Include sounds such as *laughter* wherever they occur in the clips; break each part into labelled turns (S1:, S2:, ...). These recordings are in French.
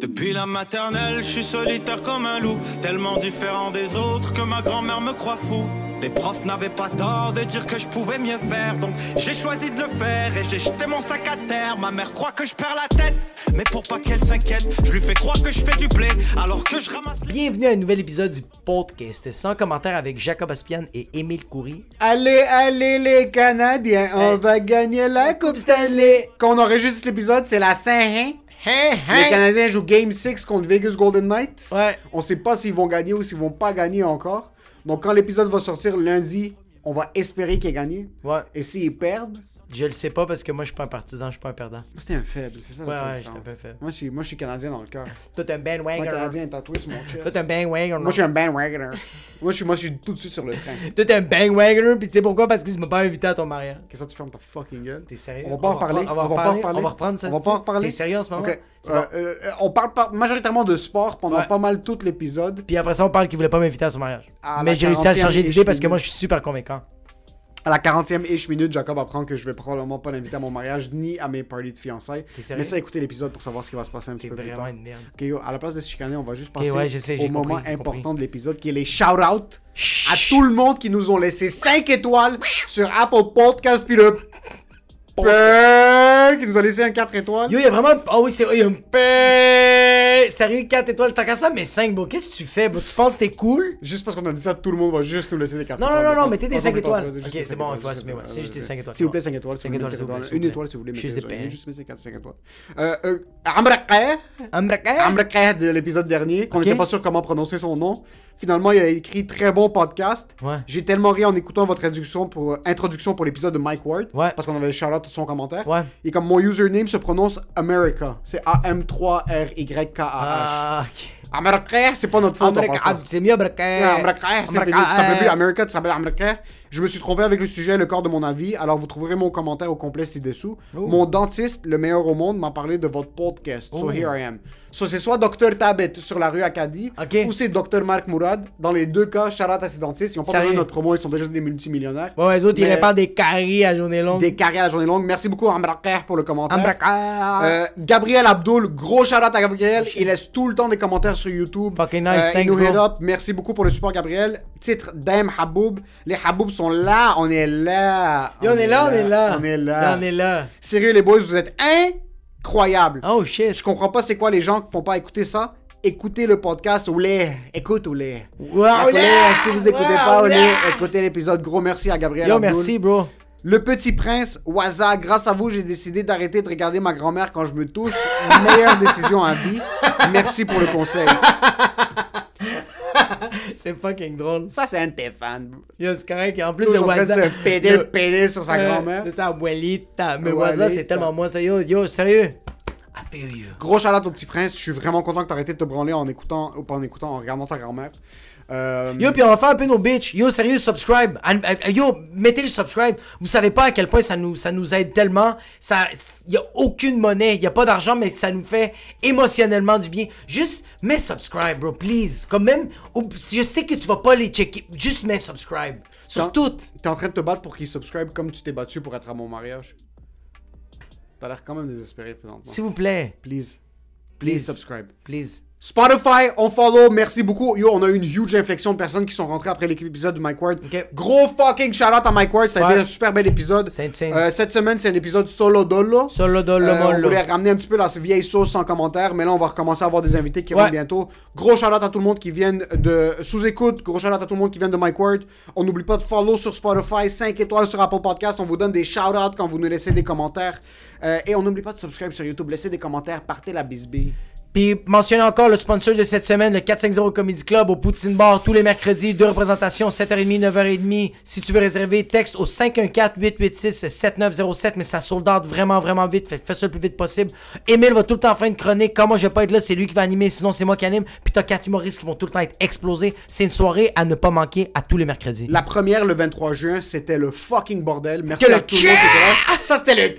S1: Depuis la maternelle, je suis solitaire comme un loup, tellement différent des autres que ma grand-mère me croit fou. Les profs n'avaient pas tort de dire que je pouvais mieux faire, donc j'ai choisi de le faire et j'ai jeté mon sac à terre. Ma mère croit que je perds la tête, mais pour pas qu'elle s'inquiète, je lui fais croire que je fais du blé alors que je ramasse.
S2: Bienvenue à un nouvel épisode du podcast sans commentaire avec Jacob Aspian et Émile Coury.
S3: Allez, allez les Canadiens, on va gagner la Coupe Stanley. Quand on enregistre l'épisode, c'est la Saint-Hein. Les Canadiens jouent Game 6 contre Vegas Golden Knights.
S2: Hein? Ouais.
S3: On sait pas s'ils vont gagner ou s'ils vont pas gagner encore. Donc quand l'épisode va sortir lundi, on va espérer qu'ils aient gagné.
S2: Ouais,
S3: Et s'ils perdent,
S2: je le sais pas parce que moi je suis pas un partisan, je suis pas un perdant.
S3: moi, c'était un faible, c'est ça
S2: Ouais,
S3: la seule
S2: ouais,
S3: différence.
S2: j'étais un peu faible.
S3: Moi je, suis, moi, je suis Canadien dans le cœur.
S2: Toi t'es un
S3: Moi,
S2: bandwagoner.
S3: Canadien tatoué sur mon chest.
S2: Toi t'es un ben- bandwagoner.
S3: Moi, je suis un bandwagoner. moi, je suis, moi, je suis tout de suite sur le train.
S2: Toi t'es un bandwagoner, pis tu sais pourquoi? Parce que tu m'as pas invité à ton mariage.
S3: Qu'est-ce que tu fermes ta fucking gueule?
S2: T'es sérieux?
S3: On va pas en parler.
S2: reprendre- On va,
S3: pas
S2: reparler,
S3: en parler.
S2: On va reprendre ça.
S3: On va pas en reparler.
S2: T'es sérieux en ce moment?
S3: Ok.
S2: C'est
S3: Euh,
S2: bon.
S3: euh, euh, on parle par- majoritairement de sport pendant
S2: Ouais.
S3: pas mal tout l'épisode.
S2: Puis après ça, on parle qu'il voulait pas m'inviter à son mariage.
S3: À
S2: Mais
S3: Ah, la
S2: j'ai réussi à
S3: 40e
S2: changer d'idée parce que
S3: minute.
S2: moi je suis super convaincant.
S3: À la 40e ish minute, Jacob apprend que je vais probablement pas l'inviter à mon mariage ni à mes parties de fiançailles.
S2: T'es sérieux?
S3: Mais ça, écoutez l'épisode pour savoir ce qui va se passer un
S2: T'es
S3: petit peu plus
S2: vraiment
S3: tard.
S2: une merde.
S3: Ok, yo, à la place de se chicaner, on va juste passer
S2: ouais, je sais, j'ai
S3: au moment
S2: compris, j'ai
S3: important
S2: compris.
S3: de l'épisode qui est les shout-outs à
S2: Chut.
S3: tout le monde qui nous ont laissé 5 étoiles sur Apple Podcast puis le Peuh qui nous a laissé un 4 étoiles.
S2: Yo, il y a vraiment. Ah oui, c'est vrai, il y a un paix. Sérieux, 4 étoiles, t'as qu'à ça, mais 5, bro. Qu'est-ce que tu fais, bro? Tu penses que t'es cool?
S3: Juste parce qu'on a dit ça, tout le monde va juste nous laisser des 4
S2: Non,
S3: étoiles.
S2: non, non,
S3: maintenant.
S2: non, mettez des
S3: Pas
S2: 5
S3: comme
S2: étoiles.
S3: toi, juste
S2: Ok,
S3: des
S2: c'est
S3: cinq
S2: bon,
S3: étoiles,
S2: il faut
S3: juste
S2: assumer,
S3: des
S2: ouais.
S3: cinq
S2: C'est juste des cinq étoiles,
S3: S'il vous
S2: c'est
S3: plaît,
S2: bon.
S3: 5 étoiles.
S2: Cinq
S3: 5
S2: étoiles,
S3: étoiles,
S2: s'il vous plaît.
S3: Une étoile si vous voulez.
S2: Juste
S3: mettez-
S2: des pains.
S3: Juste mettez 4 étoiles. Euh, euh, Amrakher.
S2: Amraka?
S3: Amrakher de l'épisode dernier, qu'on
S2: Ah. Ok.
S3: n'était pas sûr comment prononcer son nom. Finalement, il a écrit très bon podcast.
S2: Ouais.
S3: J'ai tellement ri en écoutant votre introduction pour, euh, introduction pour l'épisode de Mike Ward.
S2: Ouais.
S3: Parce qu'on avait Charlotte son commentaire.
S2: Ouais.
S3: Et comme mon username se prononce America. C'est A-M-3-R-Y-K-A-H.
S2: Ah, ok.
S3: Amrakher, c'est pas notre faute. en passant.
S2: Amraka, c'est mieux, Amraka.
S3: Ah, Amraka, c'est fini.
S2: Amraka,
S3: Tu t'appelles plus America, tu t'appelles Amraka. Je me suis trompé avec le sujet et le corps de mon avis, alors vous trouverez mon commentaire au complet ci-dessous.
S2: Oh.
S3: Mon dentiste, le meilleur au monde, m'a parlé de votre podcast.
S2: Oh.
S3: So here I am. So c'est soit Dr Tabet sur la rue Acadie,
S2: Ok.
S3: ou c'est Dr Marc Mourad. Dans les deux cas, charlotte à ses dentistes. Ils n'ont pas
S2: Sérieux?
S3: besoin de notre promo, ils sont déjà des multimillionnaires.
S2: Ouais, ouais, les autres, ils
S3: Mais-
S2: réparent des caries à journée longue. Ah,
S3: Des carrières à la journée longue. Merci beaucoup Amraka pour le commentaire.
S2: Amraka.
S3: Euh, Gabriel Abdul, gros shout à Gabriel. Il laisse tout le temps des commentaires sur YouTube.
S2: Oh, Fucking nice,
S3: Euh, il
S2: thanks,
S3: nous hit
S2: bro.
S3: up. Merci beaucoup pour le support, Gabriel. Titre Dame Haboub. Les Haboub sont là. On est là.
S2: Yo, on est là, on est là.
S3: On est là.
S2: On est là.
S3: Sérieux, les boys, vous êtes incroyables.
S2: Oh shit.
S3: Je comprends pas c'est quoi les gens qui font pas écouter ça. Écoutez le podcast ou les. Écoute ou les.
S2: Ouah,
S3: Écoutez,
S2: oulé.
S3: Si vous écoutez
S2: Ouah,
S3: pas,
S2: oulé.
S3: oulé, écoutez l'épisode. Gros merci à Gabriel.
S2: Yo,
S3: Abdul.
S2: merci, bro.
S3: Le Petit Prince, Waza, grâce à vous, j'ai décidé d'arrêter de regarder ma grand-mère quand je me touche. Meilleure décision à vie. Merci pour le conseil.
S2: C'est fucking drôle.
S3: Ça, c'est un de tes fans.
S2: Yo, c'est correct. En plus,
S3: Toujours
S2: le
S3: en train de
S2: WhatsApp.
S3: se péder
S2: Yo.
S3: le pédé sur sa
S2: Ouais,
S3: grand-mère.
S2: C'est ça, abuelita. Mais
S3: Abuelita.
S2: Waza, c'est tellement moi, ça. Yo, yo, sérieux. I feel you.
S3: Gros shout au Petit Prince. Je suis vraiment content que t'as arrêté de te branler en écoutant, ou pas en écoutant, en regardant ta grand-mère. Euh,
S2: Mm. Yo, puis on va faire un peu nos bitches. Yo, sérieux, subscribe. An- euh, Yo, mettez le subscribe. Vous savez pas à quel point ça nous, ça nous aide tellement. Ça, y a aucune monnaie, y a pas d'argent, mais ça nous fait émotionnellement du bien. Juste mets subscribe, bro, please. Comme même, ou- si je sais que tu vas pas les checker, juste mets subscribe. Sur
S3: Quand-
S2: toutes.
S3: T'es en train de te battre pour qu'il subscribe comme tu t'es battu pour être à mon mariage. T'as l'air quand même désespéré présentement.
S2: S'il vous plaît,
S3: Please.
S2: Please.
S3: Please subscribe.
S2: please.
S3: Spotify, on follow, merci beaucoup. Yo, on a eu une huge inflexion de personnes qui sont rentrées après l'épisode de Mike Ward.
S2: Ok.
S3: Gros fucking shout out à Mike Ward, ça a été
S2: Ouais.
S3: un super bel épisode.
S2: C'est insane.
S3: Euh, cette semaine, c'est un épisode solo dolo.
S2: Solo dolo
S3: Euh, on
S2: mollo.
S3: voulait ramener un petit peu la vieille sauce sans commentaire, mais là, on va recommencer à avoir des invités qui
S2: Ouais.
S3: vont bientôt. Gros shout out à tout le monde qui viennent de sous-écoute. Gros shout out à tout le monde qui vient de Mike Ward. On n'oublie pas de follow sur Spotify, 5 étoiles sur Apple Podcast. On vous donne des shout out quand vous nous laissez des commentaires. Euh, et on n'oublie pas de subscribe sur YouTube. Laissez des commentaires, partez la bisbille.
S2: Puis mentionnez encore le sponsor de cette semaine, le 450 Comedy Club au Poutine Bar tous les mercredis, deux représentations, 7h30, 9h30. Si tu veux réserver, texte au 514-886-7907, mais ça sold out vraiment, vraiment vite. Fait, fais ça le plus vite possible. Emile va tout le temps faire une chronique. Quand moi je vais pas être là, c'est lui qui va animer, sinon c'est moi qui anime. Puis t'as quatre humoristes qui vont tout le temps être explosés. C'est une soirée à ne pas manquer à tous les mercredis.
S3: La première, le 23 juin, c'était le fucking bordel. Merci
S2: Que le
S3: à tout le monde qui était là. Ça, c'était le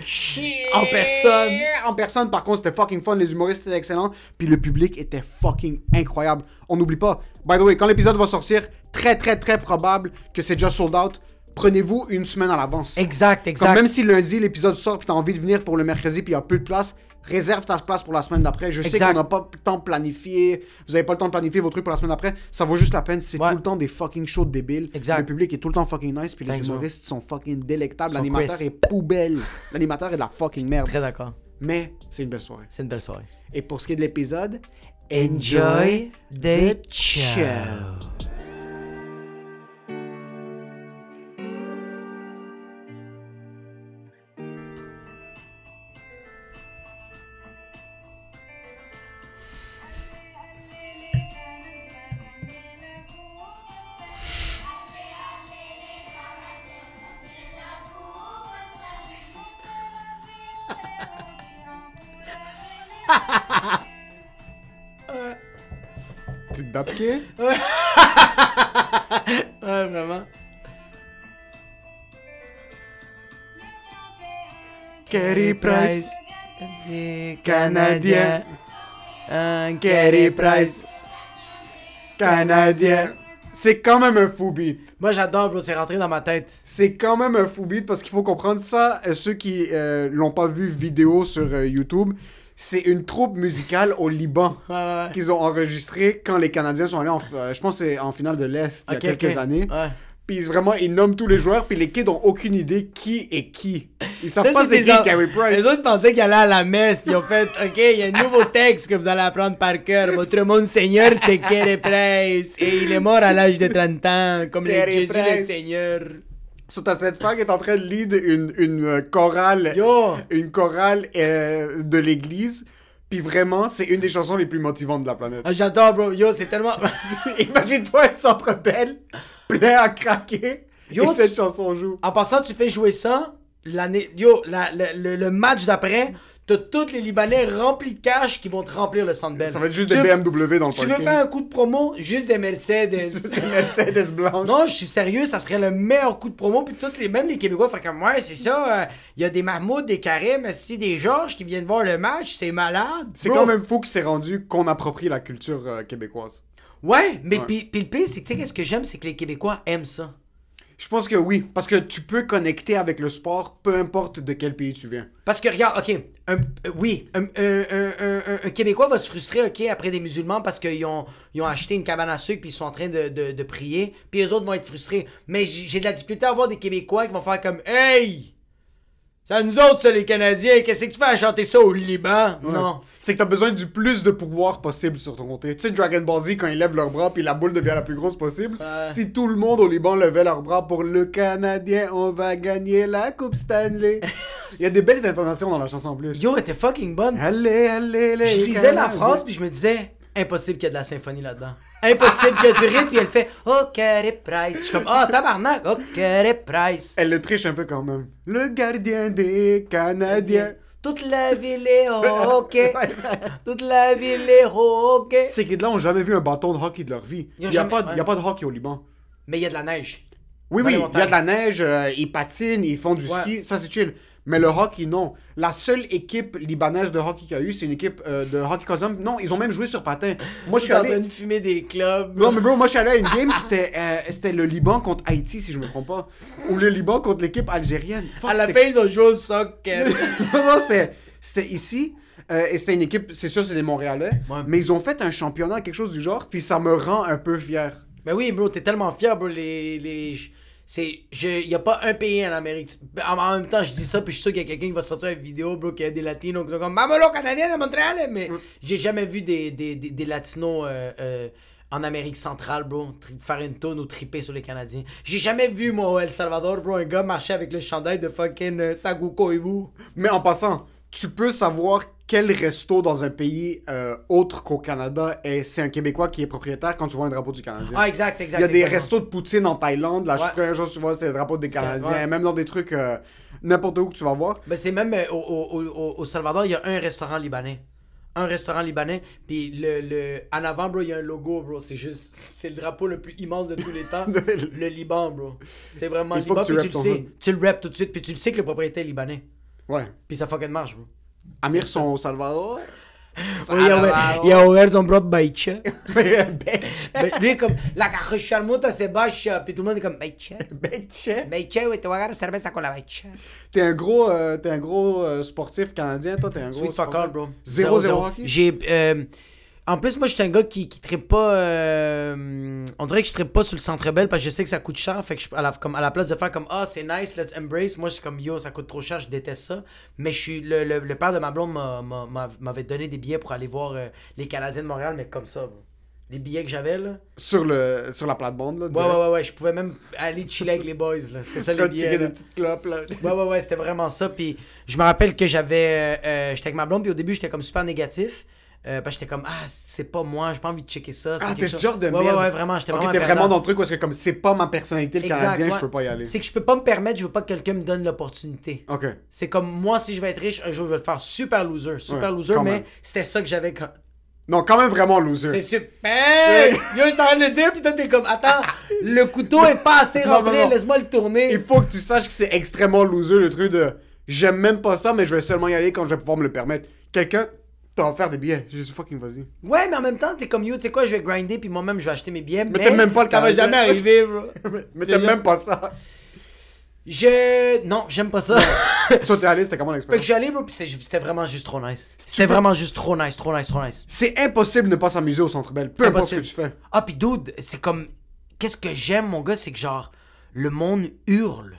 S2: En personne.
S3: En personne, par contre, c'était fucking fun. Les humoristes étaient excellents. Puis le public était fucking incroyable. On n'oublie pas. By the way, quand l'épisode va sortir, très, très, très probable que c'est déjà sold out. prenez-vous une semaine à l'avance.
S2: Exact,
S3: Comme
S2: exact.
S3: même si lundi l'épisode sort puis t'as envie de venir pour le mercredi puis il y a peu de place, réserve ta place pour la semaine d'après. Je sais
S2: Exact.
S3: qu'on n'a pas le temps de planifier, vous avez pas le temps de planifier vos trucs pour la semaine d'après. Ça vaut juste la peine. C'est
S2: Ouais.
S3: tout le temps des fucking shows débiles.
S2: Exact.
S3: Le public est tout le temps fucking nice puis les
S2: Thanks, bro.
S3: humoristes sont fucking délectables.
S2: Sont
S3: L'animateur
S2: crisp.
S3: est poubelle. L'animateur est de la fucking merde.
S2: Très d'accord.
S3: Mais c'est une belle soirée.
S2: C'est une belle soirée.
S3: Et pour ce qui est de l'épisode,
S2: Enjoy the
S3: show.
S2: show. *laughs*
S3: Petite dabke.
S2: Ouais, vraiment.
S3: Carey Price.
S2: Des
S3: Canadiens.
S2: Un
S3: Carey Price. Canadien. C'est quand même un fou beat.
S2: Moi, j'adore, bro. C'est rentré dans ma tête.
S3: C'est quand même un fou beat parce qu'il faut comprendre ça. euh, Ceux qui euh, l'ont pas vu vidéo sur euh, YouTube, c'est une troupe musicale au Liban
S2: Ouais, ouais, ouais.
S3: qu'ils ont enregistrée quand les Canadiens sont allés, en, euh, je pense, que c'est en finale de l'Est il y a
S2: Ok,
S3: quelques
S2: ok.
S3: années.
S2: Ouais.
S3: Puis vraiment, ils nomment tous les joueurs, puis les kids ont aucune idée qui est qui. Ils savent
S2: Ça,
S3: pas
S2: c'est
S3: c'est qui
S2: des en-
S3: Carey Price.
S2: Les autres pensaient qu'ils allaient à la messe, puis ils ont fait OK, il y a un nouveau texte que vous allez apprendre par
S3: *laughs*
S2: cœur. Votre monde Seigneur, c'est Carey Price. Et il est mort à l'âge de 30 ans, comme le
S3: Carey
S2: Jésus le
S3: Price.
S2: Seigneur.
S3: So, t'as cette femme qui est en train de lead une, une euh, chorale,
S2: Yo!
S3: une chorale euh, de l'église. Puis vraiment, c'est une des chansons les plus motivantes de la planète.
S2: Ah, J'adore, bro. Yo, c'est tellement. *laughs*
S3: *laughs* Imagine-toi un centre belle, plein à craquer,
S2: Yo,
S3: et cette
S2: tu-
S3: chanson joue.
S2: En passant, tu fais jouer ça, l'année. Yo, la- le- le, le match d'après, t'as tous les Libanais remplis de cash qui vont te remplir le Sandbell.
S3: Ça va être juste
S2: Ah, tu
S3: des
S2: veux-
S3: BMW dans le
S2: Tu
S3: parking.
S2: veux
S3: *laughs*
S2: faire un coup de promo? Juste des Mercedes.
S3: Juste des Mercedes blanches.
S2: Non, je suis sérieux, ça serait le meilleur coup de promo. Puis toutes les, même les Québécois font comme, ouais, c'est ça. euh, Il y a des Mahmoud, des Karim, aussi des Georges qui viennent voir le match. C'est malade.
S3: C'est
S2: bro.
S3: quand même fou que c'est rendu qu'on approprie la culture euh, québécoise.
S2: Ouais, mais
S3: Ouais.
S2: puis puis le pire, c'est que tu sais, qu'est-ce que j'aime, c'est que les Québécois aiment ça.
S3: Je pense que oui, parce que tu peux connecter avec le sport, peu importe de quel pays tu viens.
S2: Parce que regarde, ok, un- euh, oui, un, un- un- un- un- un Québécois va se frustrer, ok, après des musulmans parce qu'ils ont, ils ont acheté une cabane à sucre puis ils sont en train de, de- de prier, puis les autres vont être frustrés. Mais j'- j'ai de la difficulté à voir des Québécois qui vont faire comme, hey, c'est à nous autres, ça, les Canadiens, qu'est-ce que tu fais à chanter ça au Liban? Non.
S3: C'est que t'as besoin du plus de pouvoir possible sur ton côté. Tu sais, Dragon Ball Z, quand ils lèvent leurs bras puis la boule devient la plus grosse possible,
S2: Ouais.
S3: si tout le monde au Liban levait leurs bras pour le Canadien, on va gagner la
S2: *laughs*
S3: Coupe Stanley. Il y a des belles intonations dans la chanson en plus.
S2: Yo, elle était fucking bonne.
S3: Allez, allez, les
S2: Je lisais la
S3: Canadiens.
S2: phrase puis je me disais, impossible qu'il y ait de la symphonie là-dedans. Impossible qu'il y ait du rythme puis elle fait, oh, Carey Price. Je suis comme, ah, tabarnak, oh, Carey Price.
S3: Elle le triche un peu quand même. Le gardien des Canadiens.
S2: Toute la ville
S3: *laughs*
S2: est au hockey.
S3: Eh Ouais, ça-
S2: Toute la ville est au hockey.
S3: Ces kids-là ont jamais vu un bâton de hockey de leur vie.
S2: Ils ont
S3: Il n'y a,
S2: jamais-
S3: pas de-
S2: ouais.
S3: il y a pas de hockey au Liban.
S2: Mais il y a de la neige.
S3: Oui,
S2: Dans les
S3: oui, il y a
S2: montagnes.
S3: de la neige, euh, ils patinent, ils font du
S2: Ouais.
S3: ski, ça c'est chill. Mais le hockey, non. La seule équipe libanaise de hockey qu'il y a eu, c'est une équipe euh, de hockey Cosum. Non, ils ont même joué sur patin. Moi, je suis allé...
S2: de fumer des clubs.
S3: *laughs* Non, mais bro, moi, je suis allé à une game, c'était euh, c'était le Liban contre Haïti, si je me trompe pas. Ou le Liban contre l'équipe algérienne. Fuck,
S2: à la fin,
S3: c'était-
S2: ils ont joué au soccer.
S3: *laughs* non, non, c'était- c'était ici. euh, et c'était une équipe, c'est sûr, c'est des Montréalais.
S2: Ouais.
S3: Mais ils ont fait un championnat, quelque chose du genre, puis ça me rend un peu fier.
S2: mais Ben oui, bro, t'es tellement fier, bro. Les. les... C'est. Il n'y a pas un pays en Amérique. ben, En, en même temps, je dis ça, puis je suis sûr qu'il y a quelqu'un qui va sortir une vidéo, bro, qu'il y a des latinos qui sont comme Mamolo canadienne à Montréal. Mais
S3: Mm.
S2: j'ai jamais vu des, des, des, des latinos. euh, euh, en Amérique centrale, bro, tri- faire une tourne ou triper sur les Canadiens. J'ai jamais vu, moi, au El Salvador, bro, un gars marcher avec le chandail de fucking euh, Sagou Koivu.
S3: Mais en passant, tu peux savoir quel resto dans un pays euh, autre qu'au Canada est c'est un Québécois qui est propriétaire quand tu vois un drapeau du Canadien.
S2: Ah, exact, exact.
S3: Il y a des
S2: exactement.
S3: restos de poutine en Thaïlande, la
S2: Ouais.
S3: première chose que tu vois c'est le drapeau des Canadiens,
S2: ouais.
S3: même dans des trucs euh, n'importe où que tu vas voir.
S2: Ben, c'est même euh, au, au, au- au- au Salvador, il y a un restaurant libanais. Un restaurant libanais, puis le, le, en avant, bro, il y a un logo, bro. C'est juste, c'est le drapeau le plus immense de tous les
S3: *laughs*
S2: temps. le Liban, bro. C'est vraiment
S3: Il
S2: le
S3: faut
S2: Liban,
S3: que
S2: puis tu le
S3: tu rappes ton
S2: sais.
S3: hood.
S2: Tu le rap tout de suite, puis tu le sais que le propriétaire est libanais.
S3: Ouais.
S2: Puis ça fucking marche, bro.
S3: Amir sont au Salvador. *laughs*
S2: Oye, güey, y a Over son brought by Che.
S3: Bitch.
S2: Ben, Lui, est comme, la caja monte se baja, puis tout le monde est comme, by Che.
S3: Bitch.
S2: By Che, güey, te voy a agarrar cerveza con la by Che.
S3: T'es un gros, euh, t'es un gros euh, sportif canadien, toi. T'es un gros.
S2: Sweet fuck
S3: sportif.
S2: all, bro.
S3: 0-0
S2: 0-0.
S3: hockey?
S2: J'ai. euh, en plus, moi, je suis un gars qui, qui trippe pas. euh, on dirait que je trippe pas sur le centre belle parce que je sais que ça coûte cher. Fait que je- à la, comme, à la place de faire comme Ah, c'est nice, let's embrace. Moi, je suis comme Yo, ça coûte trop cher, je déteste ça. Mais je suis. Le, le- le père de ma blonde m'a- m'a- m'a- m'avait donné des billets pour aller voir euh, les Canadiens de Montréal, mais comme ça, bro. Les billets que j'avais, là.
S3: Sur, le, sur la plate-bande, là.
S2: Ouais,
S3: direct.
S2: ouais, ouais, ouais. Je pouvais même aller chiller avec les boys, là. C'était ça, les
S3: Quand tu
S2: billets.
S3: tirais des
S2: là.
S3: petites clopes, là.
S2: Ouais, ouais, ouais, c'était vraiment ça. Puis je me rappelle que j'avais. euh, euh, j'étais avec ma blonde, puis au début, j'étais comme super négatif. Euh, parce que j'étais comme, ah, c'est pas moi, j'ai pas envie de checker ça. c'est
S3: Ah,
S2: quelque
S3: t'es
S2: chose.
S3: sûr de
S2: ouais,
S3: merde.
S2: Ouais, ouais, vraiment, j'étais
S3: Ok,
S2: vraiment.
S3: t'es vraiment
S2: perdant.
S3: dans le truc parce que comme c'est pas ma personnalité, le
S2: Exact,
S3: Canadien,
S2: ouais.
S3: je peux pas y aller.
S2: C'est que je peux pas me permettre, je veux pas que quelqu'un me donne l'opportunité.
S3: Ok.
S2: C'est comme moi, si je vais être riche, un jour je vais le faire super loser, super
S3: Ouais,
S2: loser,
S3: quand
S2: mais
S3: même.
S2: c'était ça que j'avais quand.
S3: Non, quand même vraiment loser.
S2: C'est super! Yo, t'es en train de le dire, puis toi t'es comme,
S3: *laughs*
S2: attends, le couteau est pas assez
S3: Non, non,
S2: rentré,
S3: non.
S2: laisse-moi le tourner.
S3: Il faut que tu saches que c'est extrêmement loser le truc de j'aime même pas ça, mais je vais seulement y aller quand je vais pouvoir me le permettre. Quelqu'un t'a offert des billets. J'ai dit fucking vas-y.
S2: Ouais, mais en même temps, t'es comme yo, tu sais quoi, je vais grinder, puis moi-même, je vais acheter mes billets. Mais,
S3: t'aimes même pas le
S2: Ça va
S3: Canadien.
S2: jamais arriver, bro.
S3: *laughs* Mais- Mais
S2: Les
S3: t'aimes
S2: gens-
S3: même
S2: *laughs*
S3: pas ça.
S2: Je. Non, j'aime pas ça.
S3: Soit t'es allé, c'était comment
S2: fait que
S3: l'expérience?
S2: j'allais, bro, puis c'est- c'était vraiment juste trop nice. C'était vraiment juste trop nice, trop nice, trop nice.
S3: C'est impossible de ne pas s'amuser au Centre Bell, peu importe ce que tu fais.
S2: Ah, puis dude, c'est comme. Qu'est-ce que j'aime, mon gars, c'est que genre, le monde hurle.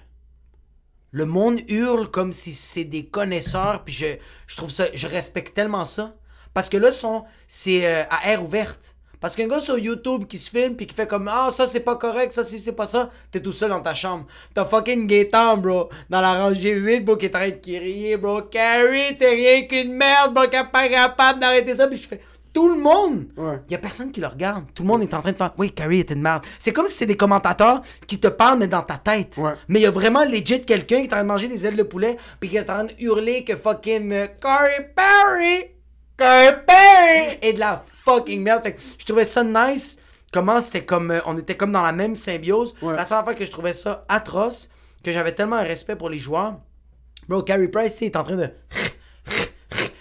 S2: Le monde hurle comme si c'est des connaisseurs, puis je, je trouve ça. Je respecte tellement ça. Parce que là, sont, c'est euh, à air ouverte. Parce qu'un gars sur YouTube qui se filme puis qui fait comme Ah, ça c'est pas correct, ça si c'est pas ça, t'es tout seul dans ta chambre. T'as fucking Gaétan, bro, dans la rangée 8, bro, qui est en train de crier, bro, Carrie, t'es rien qu'une merde, bro, qui est pas capable d'arrêter ça, puis je fais Tout le monde
S3: Ouais.
S2: il y a personne qui le regarde. Tout le monde est en train de faire Oui, Carrie est une merde. C'est comme si c'est des commentateurs qui te parlent, mais dans ta tête.
S3: Ouais.
S2: Mais il y a vraiment legit quelqu'un qui est en train de manger des ailes de poulet, puis qui est en train de hurler que fucking euh, Carrie Perry, Carrie Perry est de la fucking merde. Fait que je trouvais ça nice. Comment c'était comme. euh, on était comme dans la même symbiose.
S3: Ouais.
S2: La seule fois que je trouvais ça atroce, que j'avais tellement un respect pour les joueurs. Bro, Carrie Price, tu sais, est en train de. *laughs*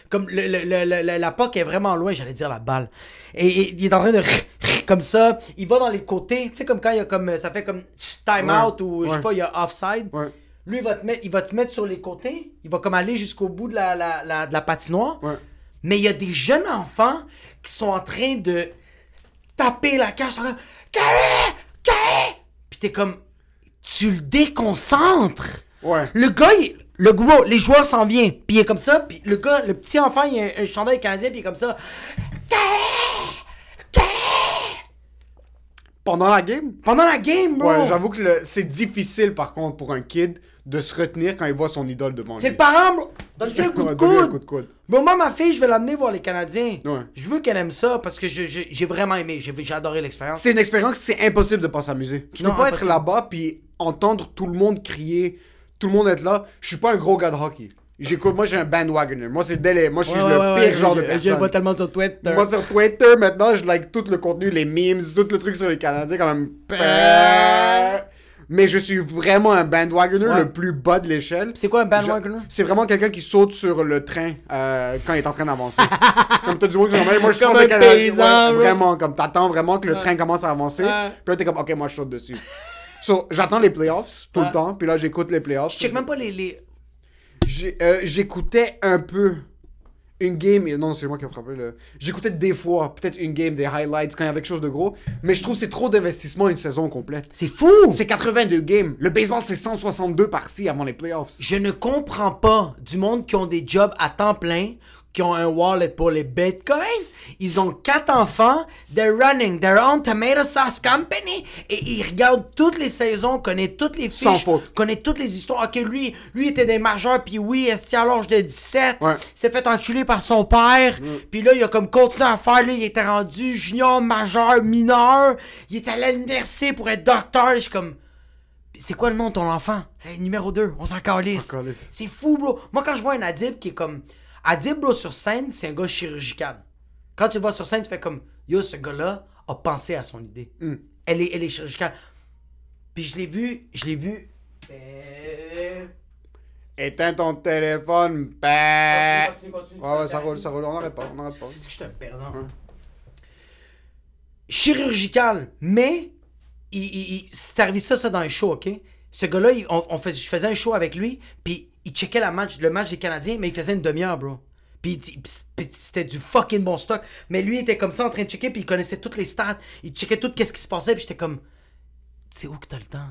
S2: Comme le, le- le- le- le- la POC est vraiment loin, j'allais dire la balle. Et, et il est en train de. *laughs* Comme ça. Il va dans les côtés. Tu sais, comme quand il y a comme. Ça fait comme. Time
S3: Ouais,
S2: out ou je sais
S3: ouais.
S2: pas, il y a offside.
S3: Ouais.
S2: Lui, il va, te mettre, il va te mettre sur les côtés. Il va comme aller jusqu'au bout de la, la- la- de la patinoire.
S3: Ouais.
S2: Mais il y a des jeunes enfants qui sont en train de taper la cage. en train de, Carré! Carré! Puis t'es comme. Tu le déconcentres!
S3: Ouais.
S2: Le gars, il- le gros, les joueurs s'en viennent. Puis il est comme ça. Puis le gars, le petit enfant, il a un, un chandail canadien. Puis il est comme ça.
S3: Pendant la game?
S2: Pendant la game, bro.
S3: Ouais, j'avoue que le- c'est difficile par contre pour un kid de se retenir quand il voit son idole devant lui.
S2: c'est le parent, bro. Donne-lui
S3: *laughs*
S2: un coup de
S3: Ouais, donne-lui un
S2: coude.
S3: coup de coude.
S2: Bro, moi, ma fille, je vais l'amener voir les Canadiens.
S3: Ouais.
S2: Je veux qu'elle aime ça parce que je- je- j'ai vraiment aimé. J'ai j'ai adoré l'expérience.
S3: C'est une expérience, c'est impossible de pas s'amuser. Tu
S2: Non,
S3: peux pas
S2: impossible.
S3: être là-bas puis entendre tout le monde crier, tout le monde être là. Je suis pas un gros gars de hockey. J'écoute, moi j'ai un bandwagoner. Moi c'est délai. Moi je suis
S2: Ouais,
S3: le
S2: ouais, ouais,
S3: pire
S2: ouais,
S3: genre
S2: je-
S3: de
S2: Je le vois
S3: personne.
S2: tellement sur Twitter.
S3: Moi sur Twitter maintenant, je like tout le contenu, les memes, tout le truc sur les Canadiens quand même. Mais je suis vraiment un bandwagoner
S2: Ouais.
S3: le plus bas de l'échelle.
S2: C'est quoi un bandwagoner?
S3: Je- C'est vraiment quelqu'un qui saute sur le train euh, quand il est en
S2: *laughs*
S3: train d'avancer. comme t'as du monde qui dit, moi je suis
S2: Comme
S3: pas
S2: un
S3: de Canadien.
S2: paysan,
S3: Ouais,
S2: ouais.
S3: Vraiment, comme t'attends vraiment que le train commence à avancer.
S2: Ouais.
S3: Puis là t'es comme, ok, moi je saute dessus. So, j'attends les playoffs tout
S2: Ouais.
S3: le temps, puis là j'écoute les playoffs.
S2: Je check même pas les. les...
S3: J'ai- euh, J'écoutais un peu une game. Non, c'est moi qui ai frappé. le- J'écoutais des fois, peut-être une game, des highlights quand il y avait quelque chose de gros. Mais je trouve que c'est trop d'investissement une saison complète.
S2: C'est fou!
S3: C'est 82 games. Le baseball, c'est 162 par-ci avant les playoffs.
S2: Je ne comprends pas du monde qui ont des jobs à temps plein, qui ont un wallet pour les bitcoins. Ils ont quatre enfants, they're running their own tomato sauce company et ils regardent toutes les saisons, connaissent toutes les fiches,
S3: Sans faute.
S2: connaissent toutes les histoires. Ok, lui, lui était des majeurs, puis oui, esti à l'âge de 17,
S3: Ouais. Mm.
S2: s'est fait enculer par son père, puis là, il a comme continué à faire, là, il était rendu junior, majeur, mineur, il est allé à l'université pour être docteur, je suis comme... C'est quoi le nom de ton enfant? C'est le numéro 2, on s'en calisse.
S3: s'en calisse.
S2: C'est fou, bro. Moi, quand je vois un Adib qui est comme. Adib, bro, sur scène, c'est un gars chirurgical. Quand tu le vois sur scène, tu fais comme. Yo, ce gars-là a pensé à son idée.
S3: Hmm.
S2: Elle, est, elle est chirurgicale. Puis je l'ai vu. Je l'ai vu. Euh,
S3: Éteins ton téléphone, père.
S2: Continue, continue, continue,
S3: Ouais, ouais, ça
S2: t'arrête.
S3: roule, ça roule. On n'arrête pas, on n'arrête pas.
S2: Est-ce que je suis un perdant?
S3: Ouais.
S2: Chirurgical, mais il, il- il- c'est arrivé ça, ça dans un show, ok? Ce gars-là, il- on, on fais- je faisais un show avec lui, puis il checkait la match, le match des Canadiens, mais il faisait une demi-heure, bro. Puis il dit- puis c'était du fucking bon stock. Mais lui, il était comme ça en train de checker, puis il connaissait toutes les stats, il checkait tout qu'est-ce qui se passait, puis j'étais comme, c'est où que t'as le temps?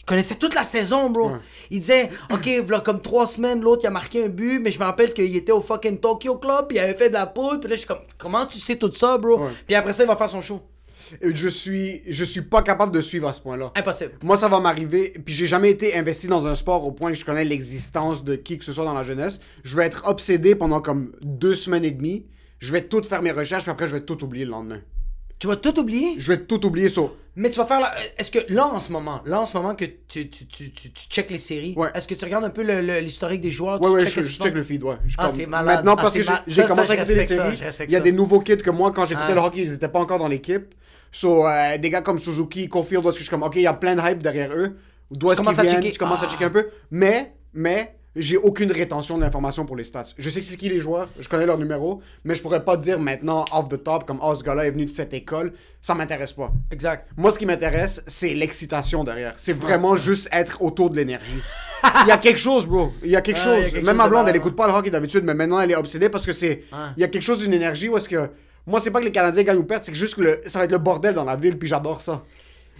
S2: Il connaissait toute la saison, bro.
S3: Ouais.
S2: Il disait, OK, voilà comme trois semaines, l'autre, il a marqué un but, mais je me rappelle qu'il était au fucking Tokyo Club, puis il avait fait de la poudre, puis là, je suis comme, comment tu sais tout ça, bro?
S3: Ouais.
S2: Puis après ça, il va faire son show.
S3: Et Je suis, je suis pas capable de suivre à ce point-là.
S2: Impossible.
S3: Moi, ça va m'arriver. Puis j'ai jamais été investi dans un sport au point que je connais l'existence de qui que ce soit dans la jeunesse. Je vais être obsédé pendant comme deux semaines et demie. Je vais tout faire mes recherches, puis après, je vais tout oublier le lendemain.
S2: Tu vas tout oublier,
S3: Je vais tout oublier sur.
S2: mais tu vas faire la... Est-ce que là, en ce moment, là, en ce moment que tu, tu, tu, tu, tu checkes les séries,
S3: Ouais.
S2: est-ce que tu regardes un peu le- le- l'historique des joueurs?
S3: Ouais,
S2: tu
S3: ouais,
S2: checkes
S3: je,
S2: ce
S3: je
S2: qu'ils
S3: check
S2: font?
S3: le feed, ouais. Je
S2: Ah,
S3: comme-
S2: c'est malade.
S3: Maintenant,
S2: Ah,
S3: parce
S2: c'est
S3: que j'ai-
S2: ma-
S3: j'ai
S2: ça,
S3: commencé
S2: ça,
S3: à
S2: je
S3: écouter les
S2: respecte ça,
S3: séries,
S2: je respecte
S3: il y a
S2: ça.
S3: des nouveaux kids que moi, quand j'écoutais
S2: Ah.
S3: le hockey, ils étaient pas encore dans l'équipe. So, euh, des gars comme Suzuki, Cofield, parce que je suis comme, OK, il y a plein de hype derrière eux. D'où est-ce qu'ils
S2: commences à
S3: viennent?
S2: checker.
S3: Je commence à
S2: Ah.
S3: checker un peu. Mais, mais, j'ai aucune rétention de l'information pour les stats. Je sais que c'est qui les joueurs, je connais leur numéro, mais je pourrais pas dire maintenant, off the top, comme, oh, ce gars-là est venu de cette école. Ça m'intéresse pas.
S2: Exact.
S3: Moi, ce qui m'intéresse, c'est l'excitation derrière. C'est vraiment juste être autour de l'énergie. Il y a quelque chose, bro. Il y a quelque
S2: Ouais, il y
S3: chose.
S2: a quelque chose
S3: Même ma
S2: de
S3: blonde,
S2: malade,
S3: elle écoute pas le hockey d'habitude, mais maintenant, elle est obsédée parce que c'est.
S2: Ouais.
S3: Il y a quelque chose d'une énergie où est-ce que. Moi, c'est pas que les Canadiens gagnent ou perdent, c'est que juste que le- ça va être le bordel dans la ville, puis j'adore ça.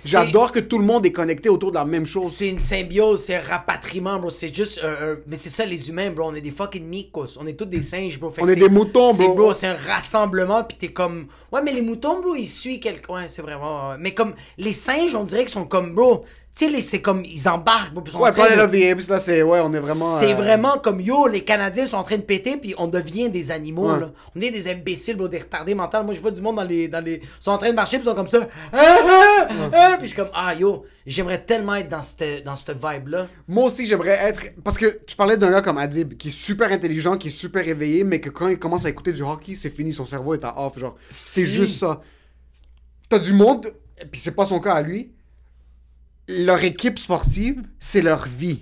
S3: J'adore que tout le monde est connecté autour de la même chose.
S2: C'est une symbiose, c'est un rapatriement, bro. C'est juste un, un- Mais c'est ça, les humains, bro. On est des fucking micos. On est tous des singes, bro. Fait que
S3: On est
S2: c'est-
S3: des moutons,
S2: c'est,
S3: bro.
S2: C'est un rassemblement, puis t'es comme... Ouais, mais les moutons, bro, ils suivent quelqu'un. Ouais, c'est vraiment... Mais comme... Les singes, on dirait qu'ils sont comme, bro... Tu sais, les- c'est comme... Ils embarquent, bro. puis ils sont en
S3: Ouais,
S2: train de-
S3: Planet of the Apes, là, c'est. Ouais, on est vraiment.
S2: c'est
S3: euh,
S2: vraiment comme yo, les Canadiens sont en train de péter, puis on devient des animaux.
S3: Ouais.
S2: Là. On est des imbéciles, bro, des retardés mentaux. Moi, je vois du monde dans les. Dans les... Ils sont en train de marcher, puis ils sont comme ça. Ah, ah, ah. Puis je suis comme, ah yo, j'aimerais tellement être dans cette, dans cette vibe-là.
S3: Moi aussi, j'aimerais être. Parce que tu parlais d'un gars comme Adib, qui est super intelligent, qui est super éveillé, mais que quand il commence à écouter du hockey, c'est fini, son cerveau est à off. Genre, c'est
S2: Fini.
S3: juste ça. T'as du monde, et puis c'est pas son cas à lui. Leur équipe sportive, c'est leur vie.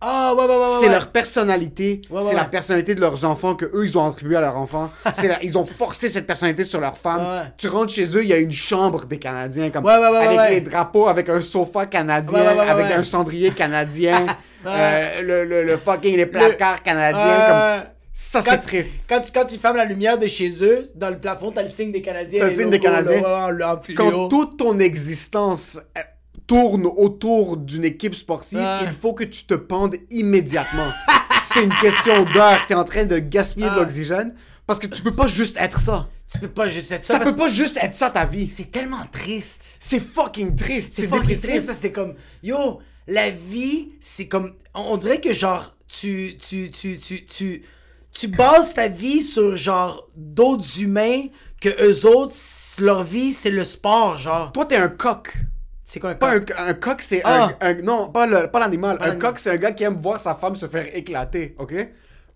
S2: Ah ouais, ouais, ouais. ouais,
S3: C'est
S2: ouais.
S3: leur personnalité,
S2: Ouais, ouais,
S3: c'est la
S2: ouais.
S3: personnalité de leurs enfants que eux ils ont attribué à
S2: *laughs*
S3: leurs enfants. C'est la- ils ont forcé cette personnalité sur leurs femmes.
S2: Ouais, ouais.
S3: Tu rentres chez eux, il y a une chambre des Canadiens comme
S2: Ouais, ouais, ouais,
S3: avec
S2: ouais, ouais.
S3: les drapeaux, avec un sofa canadien,
S2: Ouais, ouais, ouais,
S3: avec
S2: ouais.
S3: un
S2: *laughs*
S3: cendrier canadien, euh, le, le- le fucking les placards canadiens.
S2: Euh,
S3: comme- Ça
S2: quand-
S3: c'est triste.
S2: Quand tu, quand tu fermes la lumière de chez eux, dans le plafond, t'as le signe des Canadiens.
S3: T'as le
S2: les
S3: signe des
S2: logos, là,
S3: Canadiens.
S2: ouais, en- en fluo.
S3: Quand toute ton existence euh, tourne autour d'une équipe sportive,
S2: Ouais.
S3: il faut que tu te pendes immédiatement.
S2: *laughs*
S3: c'est une question d'heure. T'es en train de gaspiller de
S2: Ah.
S3: l'oxygène parce que tu peux pas juste être ça.
S2: Tu peux pas juste être ça.
S3: Ça
S2: parce
S3: peut pas juste être ça ta vie.
S2: C'est tellement triste.
S3: C'est fucking triste.
S2: C'est
S3: C'est
S2: fucking
S3: dépressif.
S2: triste parce que t'es comme, yo, la vie, c'est comme, on, on dirait que genre, tu, tu, tu, tu, tu, tu bases ta vie sur genre d'autres humains que eux autres, c- leur vie, c'est le sport, genre.
S3: Toi, t'es un coq.
S2: C'est quoi un
S3: Pas
S2: corps?
S3: un, un coq, c'est
S2: Ah.
S3: un, un- Non, pas le- pas l'animal. un
S2: l'animal.
S3: coq, c'est un gars qui aime voir sa femme se faire éclater, ok?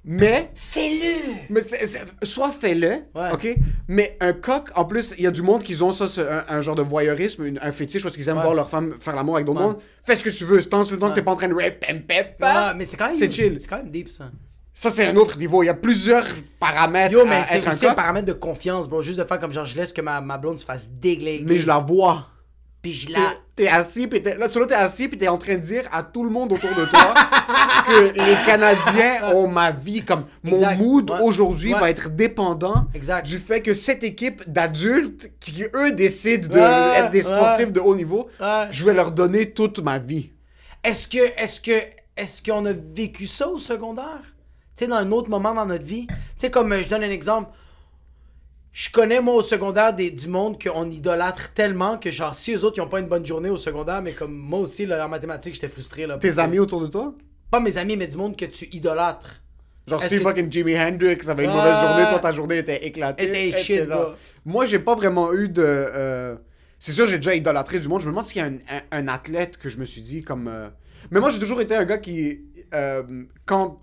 S3: Mais.
S2: Fais-le!
S3: Mais c'est- c'est- soit fais-le,
S2: Ouais.
S3: ok? Mais un coq, en plus, il y a du monde qui ont ça, ce- un, un genre de voyeurisme, une- un fétiche, parce qu'ils aiment
S2: Ouais.
S3: voir leur femme faire l'amour avec d'autres
S2: Ouais.
S3: mondes. Fais ce que tu veux, tant que tant que t'es
S2: Ouais.
S3: pas en train de rap, pam, pam,
S2: Ah,
S3: pam.
S2: mais c'est quand même.
S3: C'est chill.
S2: C'est quand même deep, ça.
S3: Ça, c'est un autre niveau. Il y a plusieurs paramètres
S2: Yo, mais
S3: à
S2: c'est
S3: être un
S2: aussi Ah, un
S3: coq,
S2: paramètre de confiance, bro. Juste de faire comme genre, je laisse que ma, ma blonde se fasse déglinguer.
S3: mais je la vois.
S2: Puis je la.
S3: T'es t'es assis, puis t'es- là, sur l'autre, t'es assis, puis t'es en train de dire à tout le monde autour de toi *laughs* que les Canadiens ont ma vie, comme mon
S2: Exact.
S3: mood
S2: Ouais.
S3: aujourd'hui
S2: Ouais.
S3: va être dépendant
S2: Exact.
S3: du fait que cette équipe d'adultes qui, eux, décident
S2: Ouais,
S3: d'être des
S2: ouais.
S3: sportifs de haut niveau,
S2: Ouais.
S3: je vais leur donner toute ma vie.
S2: Est-ce que, est-ce que, est-ce qu'on a vécu ça au secondaire? Tu sais, dans un autre moment dans notre vie. Tu sais, comme euh, je donne un exemple. Je connais, moi, au secondaire, des, du monde qu'on idolâtre tellement que, genre, si eux autres, ils n'ont pas une bonne journée au secondaire, mais comme moi aussi, là, en mathématiques, j'étais frustré. Là, parce
S3: Tes
S2: que-
S3: amis autour de toi?
S2: Pas mes amis, mais du monde que tu idolâtres.
S3: Genre,
S2: Est-ce
S3: si
S2: que-
S3: fucking Jimi Hendrix avait une
S2: Ouais.
S3: mauvaise journée, toi, ta journée était éclatée.
S2: Était
S3: Était
S2: shit,
S3: là.
S2: bro.
S3: Moi, j'ai pas vraiment eu de. euh, C'est sûr, j'ai déjà idolâtré du monde. Je me demande s'il y a un, un- un athlète que je me suis dit comme. euh, Mais moi, j'ai toujours été un gars qui. euh, Quand.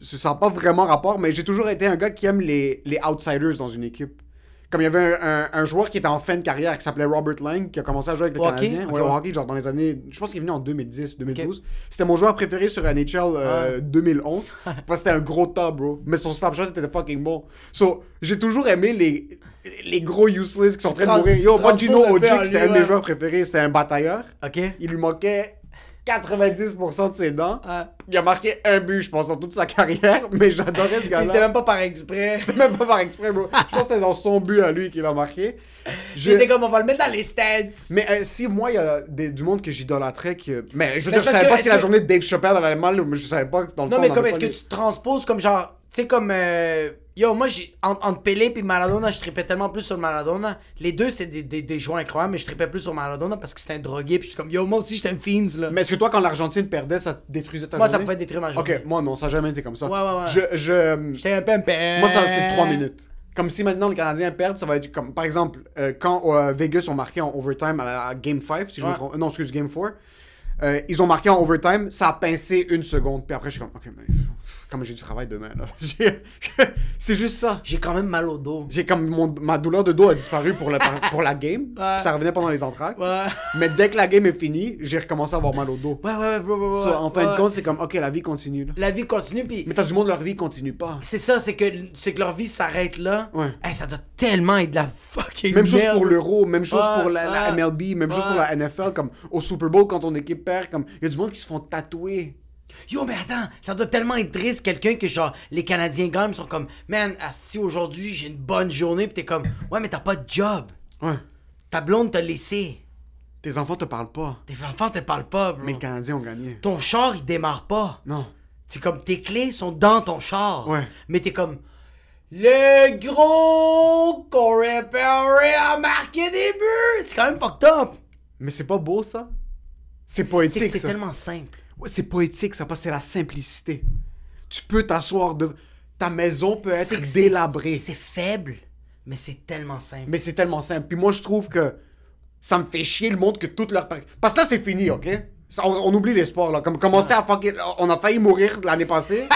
S3: Ça n'a pas vraiment rapport, mais j'ai toujours été un gars qui aime les, les outsiders dans une équipe. Comme il y avait un, un- un joueur qui était en fin de carrière qui s'appelait Robert Lang, qui a commencé à jouer avec le
S2: Au hockey?
S3: Canadien.
S2: Ok,
S3: Ouais, au
S2: ouais.
S3: hockey, genre dans les années. Je pense qu'il est venu en 2010, 2012. C'était mon joueur préféré sur NHL euh,
S2: Ouais.
S3: 2011. parce que c'était un gros top, bro. Mais son snapshot était fucking bon. So, j'ai toujours aimé les, les gros useless qui sont en train de
S2: trans-
S3: mourir. Yo,
S2: tu
S3: moi,
S2: transposes
S3: Gino
S2: un peu
S3: Ojic,
S2: en
S3: c'était
S2: lui,
S3: un de mes
S2: ouais.
S3: joueurs préférés. C'était un batailleur.
S2: Ok.
S3: Il lui manquait 90% de ses dents.
S2: Ah.
S3: Il a marqué un but, je pense, dans toute sa carrière, *laughs* mais j'adorais ce
S2: Mais C'était
S3: gars-là.
S2: même pas par
S3: *laughs*
S2: exprès.
S3: C'était même pas par exprès, bro. Je pense que c'était dans son but à lui qu'il a marqué. Je-
S2: J'étais comme, on va le mettre dans les stats.
S3: Mais euh, si moi, il y a des- du monde que j'idolâtrais, que... mais je veux
S2: Mais
S3: dire, je
S2: parce
S3: savais
S2: que-
S3: pas si
S2: est-ce
S3: la
S2: que-
S3: journée de Dave Chappelle allait mal, mais je savais pas que dans le
S2: Non,
S3: temps,
S2: mais
S3: on
S2: comme
S3: avait
S2: est-ce que
S3: pas
S2: tu te transposes comme genre, tu sais, comme. euh, yo, moi, j'ai, entre, entre Pelé et Maradona, je tripais tellement plus sur Maradona. Les deux, c'était des, des, des joueurs incroyables, mais je tripais plus sur Maradona parce que c'était un drogué. Puis je suis comme, yo, moi aussi, j'étais un fiends, là.
S3: les- Mais est-ce que toi, quand l'Argentine perdait, ça te détruisait ta
S2: moi, ça
S3: journée?
S2: me fait détruire ma journée.
S3: Ok, moi non, ça a jamais été comme ça.
S2: Ouais, ouais, ouais.
S3: Je... euh, je...
S2: J'étais un pimpin.
S3: Moi, ça, c'est
S2: Euh.
S3: 3 minutes. Comme si maintenant le Canadien perd, ça va être comme. Par exemple, euh, quand euh, Vegas ont marqué en overtime à la à Game 5, si je me
S2: Ouais.
S3: trompe. Non, excuse, Game 4. euh, ils ont marqué en overtime, ça a pincé une seconde. Puis après, je suis comme, ok, mais comme j'ai du travail demain, là. *laughs* J'ai- c'est juste ça.
S2: J'ai quand même mal au dos.
S3: J'ai comme mon- ma douleur de dos a disparu pour la, pour la game.
S2: Ouais.
S3: Ça revenait pendant les entraques.
S2: Ouais.
S3: Mais dès que la game est finie, j'ai recommencé à avoir mal au dos.
S2: Ouais, ouais, ouais, bro, bro, bro,
S3: So, en fin
S2: ouais.
S3: de compte, c'est comme, ok, la vie continue. Là.
S2: La vie continue, puis.
S3: Mais t'as du monde, leur vie continue pas.
S2: C'est ça, c'est que, c'est que leur vie s'arrête là.
S3: Ouais.
S2: Hey, ça doit tellement être de la fucking
S3: Même chose
S2: merde.
S3: pour l'Euro, même chose
S2: Ouais,
S3: pour la, la
S2: ouais.
S3: MLB, même chose
S2: Ouais.
S3: pour la NFL, comme au Super Bowl quand ton équipe perd, comme il y a du monde qui se font tatouer.
S2: Yo, mais attends, ça doit tellement être triste, quelqu'un que genre, les Canadiens gagnent, sont comme, man, Asti, aujourd'hui, j'ai une bonne journée, pis t'es comme, ouais, mais t'as pas de job.
S3: Ouais.
S2: Ta blonde t'a laissé.
S3: Tes enfants te parlent pas,
S2: Tes enfants te parlent pas, bro.
S3: mais les Canadiens ont gagné.
S2: Ton char, il démarre pas.
S3: Non.
S2: C'est comme, tes clés sont dans ton char.
S3: Ouais.
S2: Mais t'es comme, le gros Corey Perry a marqué des buts. C'est quand même fucked up.
S3: Mais c'est pas beau ça C'est
S2: C'est que
S3: poétique
S2: c'est
S3: ça.
S2: tellement simple.
S3: Ouais, c'est poétique ça parce que c'est la simplicité. Tu peux t'asseoir de ta maison peut
S2: C'est
S3: être
S2: que c'est-
S3: délabrée,
S2: C'est faible, mais c'est tellement simple.
S3: mais c'est tellement simple. Puis moi je trouve que ça me fait chier le monde que toute leur parce que là c'est fini, OK Ça, on, on oublie l'espoir là, comme commencer à fucking on a failli mourir
S2: *laughs*
S3: l'année passée.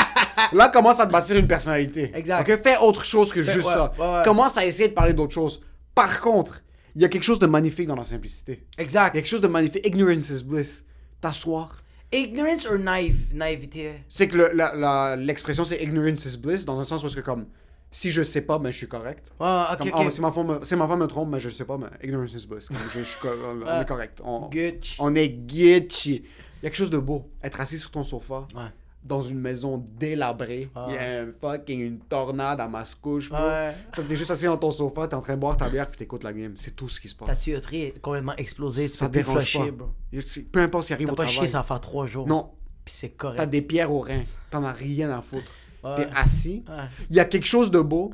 S3: là commence à te bâtir une personnalité.
S2: Exact.
S3: OK, fais autre chose que juste
S2: ouais,
S3: ça.
S2: ouais, ouais.
S3: Commence à essayer de parler d'autre chose. Par contre, il y a quelque chose de magnifique dans la simplicité. Il y
S2: Exact.
S3: a quelque chose de magnifique. Ignorance is bliss. T'asseoir,
S2: Ignorance or naive, naïveté?
S3: c'est que le- la- la- l'expression c'est ignorance is bliss dans un sens parce que comme si je sais pas ben je suis correct
S2: Ah, ok,
S3: comme
S2: ok.
S3: oh, si ma femme si ma femme me trompe mais je sais pas mais ignorance is bliss comme je, je suis co- on,
S2: Ah.
S3: on est correct on,
S2: Gucci.
S3: on est gucci il y a quelque chose de beau être assis sur ton sofa
S2: Ouais. Ah.
S3: dans une maison délabrée il y a un fucking une tornade à Mascouche bro.
S2: Ouais.
S3: Toi, t'es juste assis dans ton sofa t'es en train de boire ta bière puis t'écoutes la game c'est tout ce qui se
S2: Ta
S3: passe
S2: tuyauterie est complètement explosée. Tu
S3: ça
S2: peux plus
S3: dérange
S2: flusher,
S3: pas
S2: bro.
S3: Et c'est- peu importe ce qui arrive
S2: T'as
S3: au
S2: pas chier,
S3: travail
S2: ça va faire trois jours.
S3: non
S2: Puis c'est
S3: T'as
S2: correct.
S3: des pierres aux reins. T'en as rien à foutre.
S2: Ouais.
S3: T'es assis.
S2: Ouais.
S3: Il y a quelque chose de beau.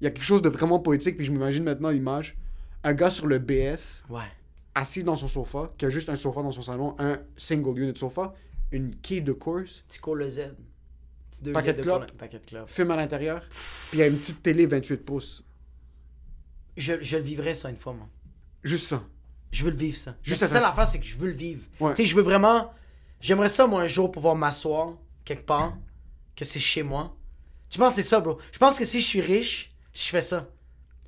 S3: Il y a quelque chose de vraiment poétique. Puis je m'imagine maintenant l'image. Un gars sur le BS,
S2: Ouais.
S3: assis dans son sofa, qui a juste un sofa dans son salon, un single unit sofa, une quille de course,
S2: Petit cours le Z. Petit deux
S3: Paquet
S2: litres
S3: de clopes.
S2: cola- Paquet de clopes.
S3: film à l'intérieur, puis il y a une petite télé 28 pouces.
S2: Je, je le vivrai ça une fois, moi.
S3: Juste ça.
S2: Je veux le vivre, ça. Juste
S3: Juste
S2: c'est ça
S3: attends-
S2: l'affaire, c'est que je veux le vivre.
S3: Ouais.
S2: Tu sais, je veux vraiment. J'aimerais ça, moi, un jour, pouvoir m'asseoir quelque part, que c'est chez moi. Tu penses que c'est ça, bro? Je pense que si je suis riche, je fais ça.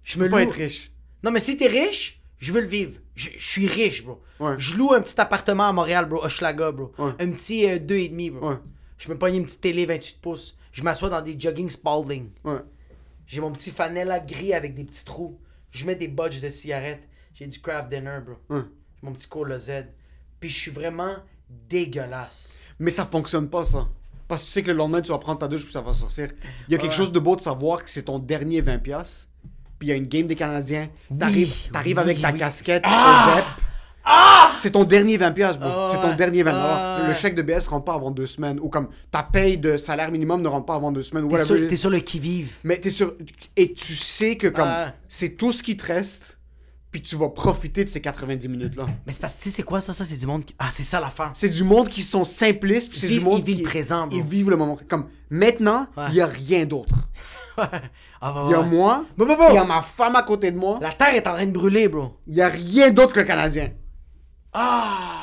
S2: Je me
S3: Faut Pas
S2: loue.
S3: être riche.
S2: Non, mais si t'es riche, je veux le vivre. Je, je suis riche, bro.
S3: Ouais.
S2: Je loue un petit appartement à Montréal, bro, Hochelaga, bro.
S3: Ouais.
S2: Un petit euh, 2,5, bro.
S3: Ouais.
S2: Je me pogne une petite télé 28 pouces. Je m'assois dans des jogging Spalding.
S3: Ouais.
S2: J'ai mon petit fanella gris avec des petits trous. Je mets des budges de cigarettes. J'ai du craft dinner, bro.
S3: Ouais.
S2: Mon petit cola Z. Puis je suis vraiment dégueulasse.
S3: Mais ça fonctionne pas, ça. Parce que tu sais que le lendemain, tu vas prendre ta douche puis ça va sortir. Il y a quelque chose de beau de savoir que c'est ton dernier 20$. piastres, Puis il y a une game des Canadiens. T'arrives t'arrives
S2: oui,
S3: avec ta
S2: oui.
S3: casquette au dep. c'est ton dernier 20$, piastres, bro.
S2: Ah
S3: c'est ton
S2: ouais.
S3: dernier 20$.
S2: Ah ouais.
S3: Le chèque de BS rentre pas avant deux semaines. Ou comme ta paye de salaire minimum ne rentre pas avant deux semaines. ou
S2: T'es
S3: whatever
S2: sur,
S3: it is.
S2: t'es sur le qui-vive.
S3: Mais t'es sûr. Et tu sais que comme
S2: Ah ouais.
S3: c'est tout ce qui te reste. Puis tu vas profiter de ces 90 minutes-là.
S2: Mais c'est parce que tu sais, c'est quoi ça? Ça, c'est du monde qui. Ah, c'est ça l'affaire. *laughs*
S3: C'est du monde qui sont simplistes, puis c'est
S2: Ils
S3: du
S2: vivent-
S3: monde
S2: ils vivent
S3: qui
S2: le présent, bro.
S3: Ils vivent le moment. Comme maintenant, il
S2: Ouais.
S3: y a rien d'autre.
S2: ah, bah,
S3: Il y a moi,
S2: Bon, bon,
S3: il y
S2: bon.
S3: a ma femme à côté de moi,
S2: La terre est en train de brûler, bro.
S3: il y a rien d'autre que le Canadien.
S2: Ah!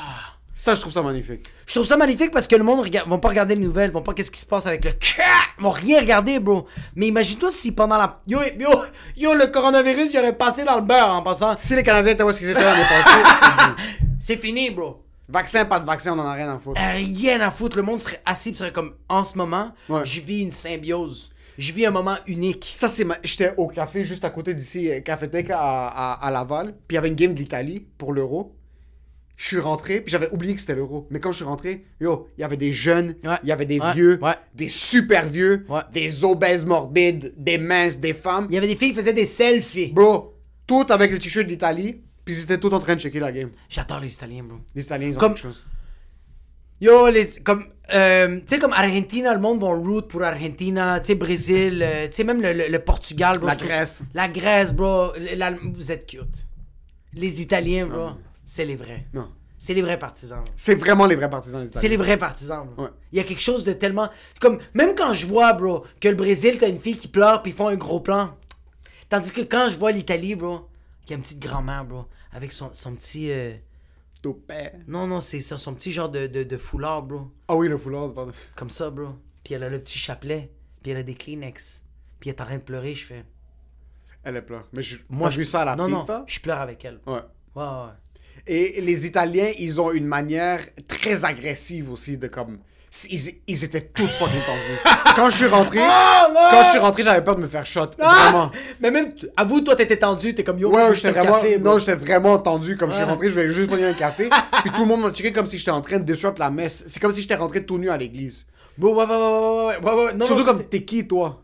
S3: Ça, je trouve ça magnifique.
S2: Je trouve ça magnifique parce que le monde ne vont pas regarder les nouvelles, vont pas qu'est-ce qui se passe avec le cœur, vont rien regarder, bro. Mais imagine-toi si pendant la yo yo yo le coronavirus il aurait passé dans le beurre en passant.
S3: Si les Canadiens étaient où est-ce qu'ils étaient l'année
S2: *laughs*
S3: passée,
S2: C'est fini, bro.
S3: vaccin, pas de vaccin, on en a rien à foutre.
S2: Euh, Rien à foutre, le monde serait assis, pis serait comme en ce moment,
S3: Ouais.
S2: je vis une symbiose, je vis un moment unique.
S3: Ça, c'est ma... J'étais au café juste à côté d'ici, euh, Cafétech à, à, à Laval. Puis il y avait une game de l'Italie pour l'euro. Je suis rentré, puis j'avais oublié que c'était l'euro. Mais quand je suis rentré, yo, il y avait des jeunes, il
S2: Ouais.
S3: y avait des
S2: Ouais.
S3: vieux,
S2: Ouais.
S3: des super vieux,
S2: Ouais.
S3: des obèses morbides, des minces, des femmes.
S2: Il y avait des filles qui faisaient des selfies.
S3: Bro, tout avec le t-shirt d'Italie, puis ils étaient tous en train de checker la game.
S2: J'adore les Italiens, bro.
S3: Les Italiens, ils ont
S2: Comme-
S3: quelque chose.
S2: Yo, les, comme, euh, tu sais, comme Argentina, le monde va root pour Argentina, tu sais, Brésil, euh, tu sais, même le, le- le Portugal, bro.
S3: La
S2: je trouve-
S3: Grèce.
S2: La Grèce, bro. L'Allem- Vous êtes cute. Les Italiens, bro, c'est les vrais.
S3: Non.
S2: C'est les vrais partisans. bro.
S3: C'est vraiment les vrais partisans des
S2: C'est
S3: Italiens.
S2: les vrais partisans. bro.
S3: Ouais.
S2: Il y a quelque chose de tellement. Comme, même quand je vois, bro, que le Brésil, t'as une fille qui pleure, puis ils font un gros plan. Tandis que quand je vois l'Italie, bro, qu'il y a une petite grand-mère, bro, avec son, son petit. euh,
S3: Ton père.
S2: Non, non, c'est son, son petit genre de, de, de foulard, bro.
S3: Ah oui, le foulard, pardon.
S2: Comme ça, bro. Puis elle a le petit chapelet. Puis elle a des Kleenex. Puis elle est en train de pleurer. Je fais.
S3: Elle est pleure. Mais je,
S2: Moi,
S3: moi,
S2: je
S3: j'ai vu ça à la
S2: Non,
S3: FIFA.
S2: non. Je pleure avec elle.
S3: Ouais.
S2: Ouais, ouais. ouais.
S3: Et les Italiens, ils ont une manière très agressive aussi de comme. Ils, ils étaient tous fucking
S2: *laughs*
S3: tendus. quand je suis rentré, quand je suis rentré, j'avais peur de me faire shot. Vraiment.
S2: Ah! *laughs* Mais même, t- avoue, toi, t'étais tendu. T'es comme yo.
S3: Ouais,
S2: je
S3: ouais,
S2: veux
S3: j'étais
S2: juste un
S3: vraiment,
S2: café, bro.
S3: non, j'étais vraiment tendu. Comme je suis
S2: Ouais.
S3: rentré, je voulais juste prendre
S2: *laughs*
S3: un café. puis tout le monde m'a checké comme si j'étais en train de disrupt la messe. C'est comme si j'étais rentré tout nu à l'église.
S2: Bon, ouais, ouais, ouais, ouais, ouais, ouais, ouais. Non,
S3: Surtout
S2: non,
S3: comme
S2: c'est-
S3: t'es qui toi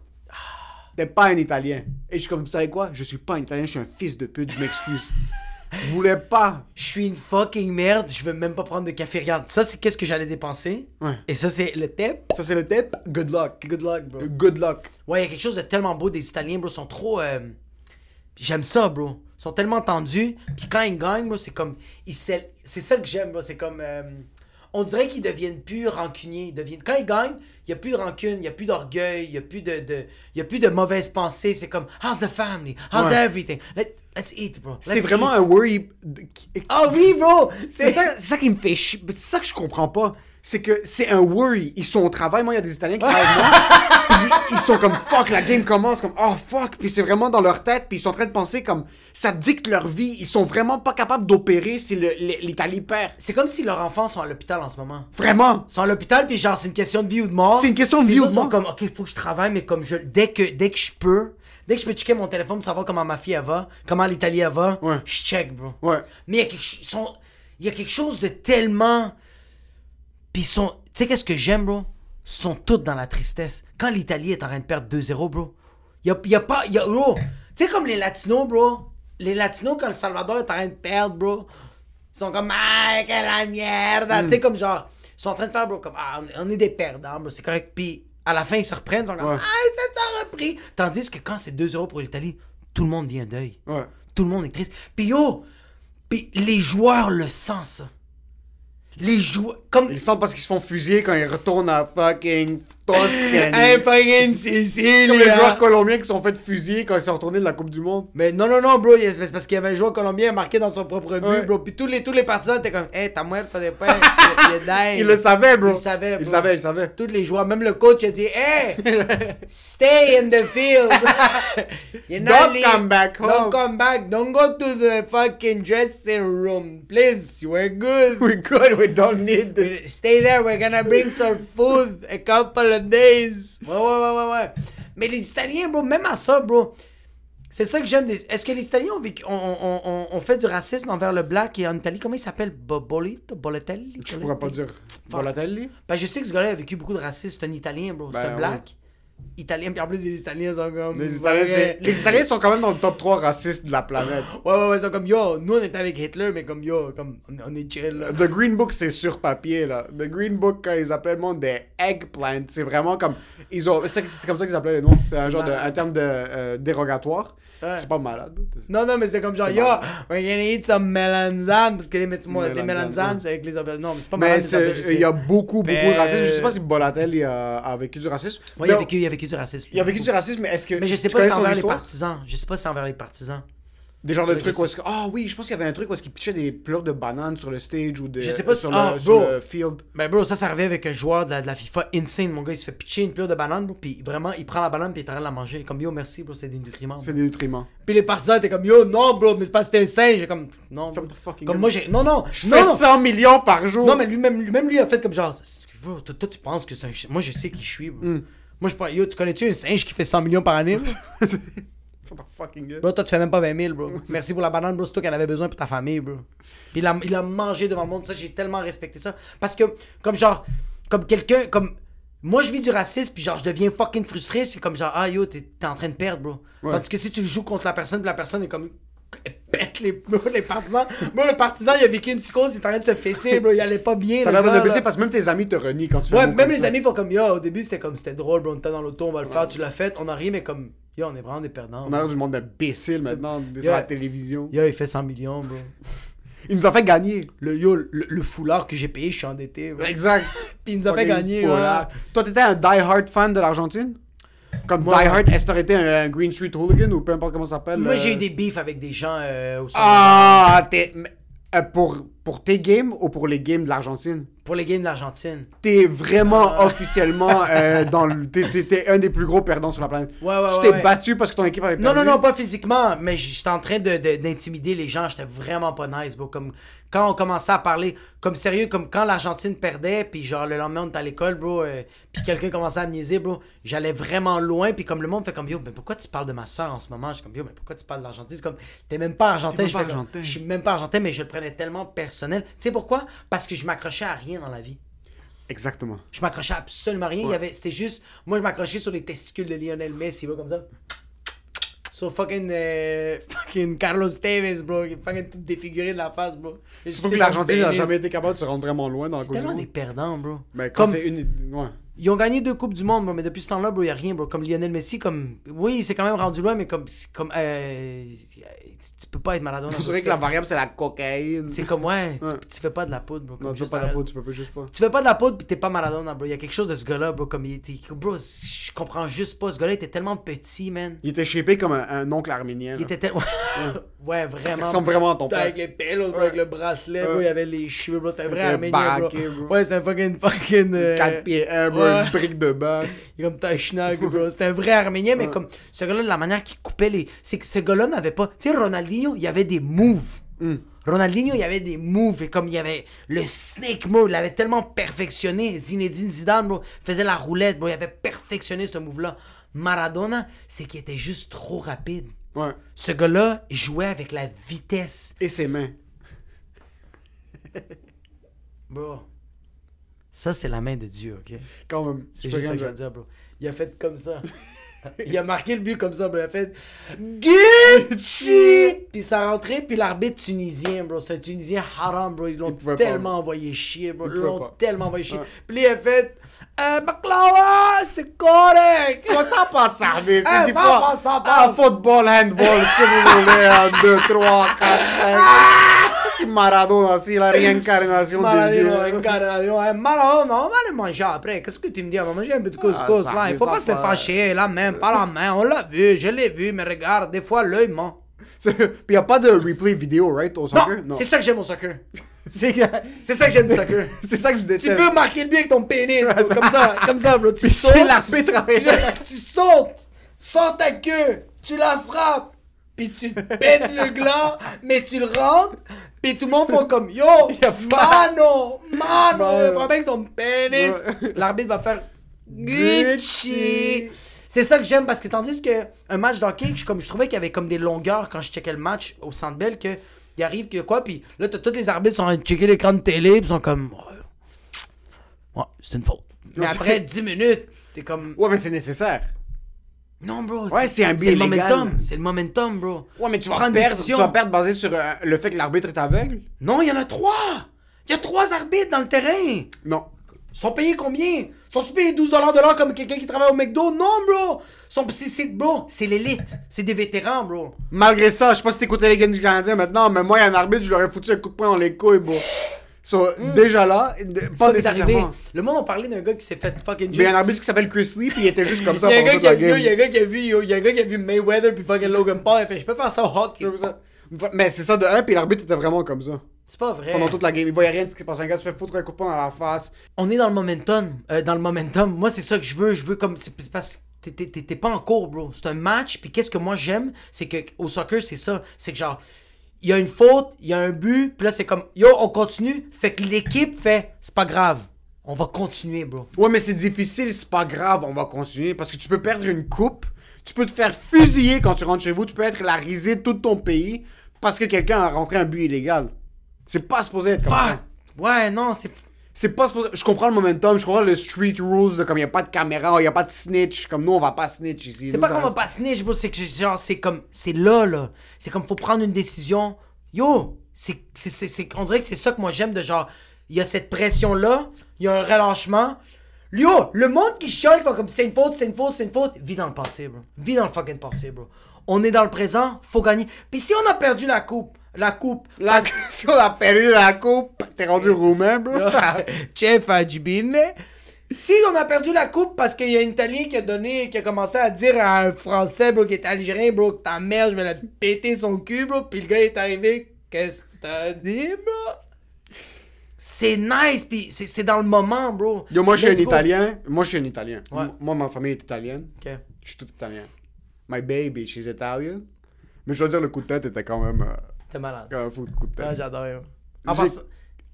S3: T'es pas un Italien. Et je suis comme vous savez quoi Je suis pas un Italien, je suis un fils de pute.
S2: *laughs*
S3: Je m'excuse. Je voulais pas.
S2: Je suis une fucking merde. Je veux même pas prendre de café. Regarde, ça, c'est qu'est-ce que j'allais dépenser.
S3: Ouais.
S2: Et ça, c'est le tip.
S3: Ça c'est le tip. Good luck.
S2: Good luck, bro.
S3: Good luck.
S2: Ouais, il y a quelque chose de tellement beau des Italiens, bro. Ils sont trop. euh, J'aime ça, bro. Ils sont tellement tendus. Puis quand ils gagnent, bro, c'est comme. Ils sell- C'est ça que j'aime, bro. C'est comme. euh, On dirait qu'ils deviennent plus rancuniers. Ils deviennent... Quand ils gagnent, il n'y a plus de rancune, il n'y a plus d'orgueil, il n'y a, plus de, de... il y a plus de mauvaises pensées. C'est comme. How's the family? How's
S3: Ouais.
S2: everything? Let- Let's eat, bro.
S3: C'est
S2: Let's
S3: vraiment
S2: eat.
S3: un worry.
S2: Ah oui, bro!
S3: C'est ça, c'est ça qui me fait chier. C'est ça que je comprends pas. C'est que c'est un worry. Ils sont au travail. Moi, il y a des Italiens qui travaillent avec moi. Puis Ils, ils sont comme fuck, la game commence. Comme oh fuck. Puis c'est vraiment dans leur tête. Puis ils sont en train de penser comme ça dicte leur vie. Ils sont vraiment pas capables d'opérer si le- le- l'Italie perd.
S2: C'est comme si leurs enfants sont à l'hôpital en ce moment.
S3: Vraiment.
S2: Ils sont à l'hôpital, puis genre, c'est une question de vie ou de mort.
S3: C'est une question de
S2: Puis
S3: vie
S2: les
S3: ou de
S2: autres
S3: mort.
S2: sont comme, OK, il faut que je travaille, mais comme je, dès que, dès que je peux, dès que je peux checker mon téléphone pour savoir comment ma fille, elle va, comment l'Italie, elle va,
S3: Ouais.
S2: je check, bro.
S3: Ouais.
S2: Mais il y a quelque, ch- ils sont- il y a quelque chose de tellement... Puis ils sont... Tu sais qu'est-ce que j'aime, bro? Ils sont tous dans la tristesse. Quand l'Italie est en train de perdre 2-0, bro, il y a, il y a pas... il Y a, bro, tu sais comme les Latinos, bro? Les Latinos, quand le Salvador est en train de perdre, bro, ils sont comme ah que la merde tu sais comme genre ils sont en train de faire bro comme ah on, on est des perdants bro c'est correct puis à la fin ils se reprennent ils sont comme
S3: Ouais.
S2: ah ça t'a repris tandis que quand c'est 2 euros pour l'Italie tout le monde vient d'œil
S3: Ouais.
S2: tout le monde est triste puis yo puis les joueurs le sentent ça les joueurs comme
S3: Ils sentent parce qu'ils se font fusiller quand ils retournent à fucking Toscane.
S2: Hey, fucking
S3: Comme
S2: Sicile
S3: les joueurs colombiens qui sont fait fusiller quand ils sont retournés de la Coupe du Monde.
S2: mais non, non, non, bro, c'est parce qu'il y avait un joueur colombien marqué dans son propre but,
S3: Ouais.
S2: bro. Puis tous les, tous les partisans étaient comme, hey, t'as muerto de
S3: *laughs*
S2: pain, il est dingue.
S3: Ils le savaient, bro.
S2: Ils le savaient,
S3: Ils
S2: bro.
S3: le savaient, ils le savaient.
S2: tous les joueurs, même le coach a dit Hey, stay in the
S3: *laughs*
S2: field. You're not
S3: Don't
S2: leave-
S3: come back home.
S2: Don't come back. Don't go to the fucking dressing room. Please, we're good.
S3: We're good, we don't need this.
S2: Stay there, we're gonna bring some food a couple of days. Ouais, ouais, ouais, ouais, ouais. Mais les Italiens, bro, même à ça, bro. C'est ça que j'aime. des- Est-ce que les Italiens ont, vécu- ont- ont- ont- ont fait du racisme envers le black et en Italie Comment il s'appelle Bobolito Boletelli
S3: Je pourrais pas dire. Volatelli?
S2: ben, je sais que ce gars-là a vécu beaucoup de racisme. C'est un Italien, bro. C'est
S3: Ben,
S2: un
S3: oui.
S2: black. Italien, puis en plus, les Italiens sont comme.
S3: Les Italiens, c'est-
S2: Ouais,
S3: les Italiens sont quand même dans le top 3 racistes de la planète.
S2: ouais, ouais, ils sont comme yo. Nous, on était avec Hitler, mais comme yo, comme on, on est chill. Là.
S3: The Green Book, c'est sur papier, là. The Green Book, quand ils appellent le monde des eggplants, c'est vraiment comme. Ils ont... C'est c'est comme ça qu'ils appelaient les noms. C'est un genre de.
S2: malade.
S3: Un terme de, euh, dérogatoire.
S2: Ouais.
S3: C'est pas malade.
S2: Non, non, mais c'est comme genre
S3: C'est
S2: yo,
S3: marrant.
S2: we're gonna eat some melanzane. Parce que les, moi, les
S3: Melanzane,
S2: melanzanes,
S3: ouais.
S2: c'est avec les Européens. Non, mais c'est pas
S3: Mais
S2: melanzane.
S3: c'est- il y a beaucoup, beaucoup
S2: Mais-
S3: de racisme. Je sais pas si Bolatel a, a vécu du racisme.
S2: il, a
S3: Non,
S2: vécu, il a vécu du racisme.
S3: il a vécu du racisme, mais est-ce que.
S2: Mais je sais
S3: tu
S2: pas si c'est
S3: connais son
S2: envers les
S3: histoire?
S2: partisans. Je sais pas si c'est envers les partisans.
S3: Des genres de
S2: C'est
S3: trucs
S2: vrai
S3: où est-ce que. Ah oui, je pense qu'il y avait un truc où est-ce qu'ils pitchaient des pleurs de bananes sur le stage ou des.
S2: Je sais pas si-
S3: sur,
S2: ah,
S3: le, sur
S2: bro.
S3: le field.
S2: Ben, bro, ça, ça revient avec un joueur de la, de la FIFA insane. Mon gars, il se fait pitcher une pleure de banane, bro, puis vraiment, il prend la banane, puis il est en train de la manger. Comme yo, merci, bro, c'est des nutriments. bro.
S3: C'est des nutriments.
S2: Puis les partisans étaient comme yo, non, bro, mais c'est parce que t'es un singe. J'ai comme non. bro.
S3: Ferme ta fucking
S2: Comme
S3: gueule.
S2: moi, j'ai. Non, non,
S3: Je
S2: non,
S3: fais
S2: non.
S3: 100 millions par jour.
S2: Non, mais lui-même, lui-même, lui a fait comme genre, Bro, toi, toi, tu penses que c'est un. chi- Moi, je sais qui je suis, bro.
S3: Hmm.
S2: Moi, je pense, yo, tu connais-tu un singe qui fait 100 millions par année, bro?
S3: *laughs* Ferme ta fucking gueule.
S2: Bro, toi, tu fais même pas 20 000, bro. Merci pour la banane, bro. C'est toi qui en avais besoin pour ta famille, bro. Puis il a, il a mangé devant le monde. Ça, j'ai tellement respecté ça. Parce que, comme genre, comme quelqu'un, comme. Moi, je vis du racisme, puis genre, je deviens fucking frustré. C'est comme genre, ah yo, t'es t'es en train de perdre, bro. Tandis que si tu joues contre la personne, puis la personne est comme. elle Pète les, *laughs* bro, les partisans. Bro, le partisan, il a vécu une psychose, il est en train de se fesser, bro. Il allait pas bien.
S3: T'as
S2: le
S3: l'air d'un
S2: gars,
S3: imbécile
S2: là.
S3: parce que même tes amis te renient quand tu fais un
S2: Ouais,
S3: mot
S2: même
S3: comme
S2: les
S3: ça.
S2: amis font comme, yo, au début, c'était comme, c'était drôle, bro. On était dans l'auto, on va le faire, tu l'as fait, on en rit, mais comme, yo, on est vraiment des perdants.
S3: On a l'air du monde d'imbécile maintenant, sur
S2: Yeah.
S3: la télévision.
S2: Yo, il fait 100 millions, bro.
S3: Il nous a fait gagner.
S2: Le, yo, le, le foulard que j'ai payé, je suis endetté. bro.
S3: *laughs* Exact.
S2: Puis il nous a fait gagner.
S3: Voilà.
S2: Voilà.
S3: Toi, t'étais un die-hard fan de l'Argentine Comme
S2: Moi,
S3: die-hard, est-ce que t'aurais été un, un Green Street Hooligan ou peu importe comment ça s'appelle
S2: Moi,
S3: euh,
S2: j'ai eu des beefs avec des gens euh, au sommet.
S3: Ah, t'es. mais, euh, pour, pour tes games ou pour les games de l'Argentine
S2: pour les games de l'Argentine.
S3: T'es vraiment
S2: Ah.
S3: officiellement euh, dans le. T'es, t'es- t'es un des plus gros perdants sur la planète.
S2: Ouais, ouais,
S3: tu
S2: ouais,
S3: t'es
S2: ouais.
S3: battu parce que ton équipe avait
S2: Non,
S3: perdu.
S2: non, non, pas physiquement, mais j- j'étais en train de- de- d'intimider les gens. J'étais vraiment pas nice, bro. Comme quand on commençait à parler, comme sérieux, comme quand l'Argentine perdait, puis genre le lendemain, on était à l'école, bro, euh, puis quelqu'un commençait à me niaiser, bro. J'allais vraiment loin, puis comme le monde fait comme yo, mais pourquoi tu parles de ma soeur en ce moment? Je suis comme yo, mais pourquoi tu parles de l'Argentine? C'est comme t'es même pas argentin.
S3: même
S2: Je
S3: pas
S2: fais comme,
S3: argentin.
S2: Je suis même pas argentin, mais je le prenais tellement personnel. Tu sais pourquoi? Parce que je m'accrochais à rien dans la vie.
S3: Exactement.
S2: Je m'accrochais à absolument rien. Il y avait, c'était juste, moi je m'accrochais sur les testicules de Lionel Messi, bro, comme ça. Sur fucking, euh, fucking Carlos Tevez, bro, qui est fucking tout défiguré de la face, bro. Et
S3: Surtout
S2: c'est
S3: que
S2: son
S3: l'Argentine n'a
S2: pénis.
S3: jamais été capable de se rendre vraiment loin dans la Coupe du
S2: Tellement
S3: Monde.
S2: des perdants, bro.
S3: Mais quand
S2: comme,
S3: c'est une. Ouais.
S2: ils ont gagné deux coupes du monde, bro, mais depuis ce temps-là, bro, il y a rien, bro. Comme Lionel Messi, comme, oui, il s'est quand même rendu loin, mais comme, comme, euh, tu peux pas être Maradona.
S3: On
S2: bro.
S3: dirait que la variable, c'est la cocaïne.
S2: C'est comme ouais, tu-
S3: Ouais.
S2: Tu, fais pas de la poudre, bro. comme
S3: Non, tu peux
S2: juste
S3: pas la
S2: arrête.
S3: peau, tu peux pas juste pas.
S2: Tu fais pas de la poudre pis t'es pas Maradona, bro. Il y a quelque chose de ce gars-là, bro. Comme il était. Bro, je comprends juste pas. Ce gars-là il était tellement petit, man.
S3: Il était shapé comme un, un oncle arménien.
S2: Il
S3: là.
S2: était tellement. *laughs* ouais, vraiment.
S3: Il ressemble vraiment à ton père.
S2: Avec les pélos, bro, avec le bracelet, bro. Il avait les cheveux, bro. C'était un vrai
S3: était
S2: arménien, bro.
S3: baraqué, bro.
S2: Ouais, c'est un fucking. fucking euh,
S3: 4 pieds 1, bro,
S2: ouais.
S3: une brique de bas.
S2: Il est comme Tachnak, bro. C'était un vrai arménien, mais comme ce gars-là, de la manière qu'il coupait les. C'est que ce gars-là n'avait pas. Tu sais, Ronaldinho, il avait des moves. Ronaldinho, il avait des moves. Et comme il y avait le snake move, il l'avait tellement perfectionné. Zinedine Zidane, bro, faisait la roulette, bro. Il avait perfectionné ce move-là. Maradona, c'est qu'il était juste trop rapide.
S3: Ouais.
S2: Ce gars-là jouait avec la vitesse.
S3: Et ses mains.
S2: Bro. Ça, c'est la main de Dieu, ok?
S3: Quand même.
S2: C'est
S3: Je peux
S2: juste ça
S3: rien
S2: que je veux
S3: dire.
S2: dire, bro. Il a fait comme
S3: *laughs*
S2: ça. il a marqué le but comme ça, bro. Il a fait
S3: *laughs*
S2: Gucci! Puis ça rentrait, puis l'arbitre tunisien, bro. C'est un tunisien haram, bro. Ils l'ont
S3: Il pouvait pas,
S2: tellement
S3: bro.
S2: envoyé chier, bro. Ils
S3: pouvait
S2: l'ont
S3: pas.
S2: tellement envoyé chier.
S3: Ouais.
S2: Puis il a fait euh, Baklawa, c'est correct!
S3: Quoi, ça passe servi?
S2: Ah,
S3: C'est du
S2: ça
S3: fois.
S2: passe, ça
S3: Ah,
S2: passe.
S3: football, handball, ce
S2: *laughs*
S3: que vous voulez. 1, 2, 3, 4, 5. Si Maradona, si la réincarnation des dieux.
S2: Ah! Maradona, Maradona, Maradona, on va le manger après. Qu'est-ce que tu me dis? On va manger un peu de couscous
S3: Ah, ça
S2: là. Il faut pas
S3: fait
S2: se
S3: ça, ouais.
S2: fâcher, la main, pas la main. On l'a vu, je l'ai vu, mais regarde, des fois l'œil ment.
S3: *laughs* C'est- Puis y a pas de replay vidéo, right, au
S2: Non,
S3: soccer?
S2: c'est ça que j'aime au soccer.
S3: C'est
S2: C'est ça que j'aime du
S3: *laughs*
S2: soccer.
S3: c'est ça que je
S2: tu
S3: déteste.
S2: peux marquer le but avec ton pénis, bro, comme ça, comme ça, bro. Tu
S3: Puis
S2: sautes,
S3: c'est l'arbitre arrière.
S2: tu, tu sautes, sors ta queue, tu la frappes, puis tu te pètes le gland, mais tu le rentres, puis tout le monde fait comme *laughs* yo,
S3: a pas-
S2: mano, mano,
S3: Ouais.
S2: le frappe avec son pénis.
S3: Ouais.
S2: L'arbitre va faire
S3: Gucci.
S2: Gucci. C'est ça que j'aime parce que tandis que un match d'hockey, je, comme, je trouvais qu'il y avait comme des longueurs quand je checkais le match au Centre Bell que il arrive que quoi puis là t'as tous les arbitres sont en train de checker l'écran de télé, puis sont comme ouais, ouais, c'est une faute. Mais
S3: Non,
S2: après
S3: c'est-
S2: 10 minutes, t'es comme
S3: Ouais, mais c'est nécessaire.
S2: non bro,
S3: Ouais, c'est un
S2: c'est le
S3: biais légal.
S2: momentum, c'est le momentum bro.
S3: Ouais, mais tu vas
S2: Prends une
S3: perdre. Tu
S2: décision.
S3: vas perdre basé sur euh, le fait que l'arbitre est aveugle?
S2: Non, il y en a trois. Il y a trois arbitres dans le terrain.
S3: Non.
S2: sont payés combien? Sont-ils payés 12$ de l'heure comme quelqu'un qui travaille au McDo? Non, bro! Sont, c'est, c'est- bro, c'est l'élite. C'est des vétérans, bro.
S3: Malgré ça, je sais pas si t'écoutais les games du Canadien maintenant, mais moi, il y a un arbitre, je lui aurais foutu un coup de poing dans les couilles, bon. So,
S2: Hmm.
S3: déjà là, d- pas
S2: Ça qui est arrivé.
S3: nécessairement.
S2: Le monde a parlé d'un gars qui s'est fait fucking
S3: Mais il y a un
S2: juste-
S3: arbitre qui s'appelle Chris Lee, puis il était juste comme ça
S2: Il y a un
S3: pendant
S2: gars
S3: toute
S2: qui a
S3: la
S2: vu, il y a un
S3: game.
S2: gars qui a vu, yo, il y a un gars qui a vu Mayweather puis fucking Logan Paul. Il fait, je peux faire ça au hockey.
S3: Comme ça. Mais c'est ça de un, puis l'arbitre était vraiment comme ça.
S2: C'est pas vrai.
S3: Pendant toute la game, il voyait rien de ce qui se passait. Un gars se fait foutre un coup de poing dans la face.
S2: On est dans le momentum. euh, dans le momentum. Moi, c'est ça que je veux. Je veux comme. C'est c'est parce que t'es- t'es- t'es t'es pas en cours, bro. C'est un match. Puis qu'est-ce que moi j'aime, c'est que au soccer, c'est ça. C'est que genre. Il y a une faute, il y a un but, puis là c'est comme yo, on continue. Fait que l'équipe fait, c'est pas grave, on va continuer, bro.
S3: Ouais, mais c'est difficile, c'est pas grave, on va continuer. Parce que tu peux perdre une coupe, tu peux te faire fusiller quand tu rentres chez vous, tu peux être la risée de tout ton pays parce que quelqu'un a rentré un but illégal. C'est pas supposé être comme
S2: Fuck!
S3: ça.
S2: Ouais, non, c'est.
S3: C'est pas supposé. Je comprends le momentum, je comprends le street rules de comme il a pas de caméra, il a pas de snitch, comme nous on va pas snitch ici.
S2: C'est
S3: Nous,
S2: pas
S3: ça
S2: qu'on va
S3: reste-
S2: pas snitch, bro, c'est que j'ai- genre, c'est comme, c'est là, là. C'est comme, faut prendre une décision. Yo, c'est, c'est, c'est, c'est- on dirait que c'est ça que moi j'aime de genre, il y a cette pression-là, il y a un relâchement. Yo, le monde qui chiale quand comme c'est une faute, c'est une faute, c'est une faute, vis dans le passé, bro. Vis dans le fucking passé, bro. On est dans le présent, faut gagner. Puis si on a perdu la coupe, la coupe,
S3: *laughs* La... si on a perdu la coupe, t'es rendu roumain, bro.
S2: *laughs* Chef Adjibine. Si on a perdu la coupe parce qu'il y a un Italien qui a donné, qui a commencé à dire à un Français, bro, qui est algérien, bro, que ta mère, je vais la péter son cul, bro, puis le gars est arrivé, qu'est-ce que t'as dit, bro? C'est nice, puis c'est c'est dans le moment, bro.
S3: Yo, moi je suis un
S2: Let's go.
S3: Italien. Moi je suis un Italien.
S2: Ouais.
S3: M- Moi ma famille est italienne.
S2: Ok.
S3: Je suis tout italien. My baby, she's Italian. Mais je dois dire, le coup de tête était quand même euh,
S2: T'es malade.
S3: quand même fou de coup de
S2: Ah,
S3: tête.
S2: J'adore, yo. En
S3: J'ai
S2: passant-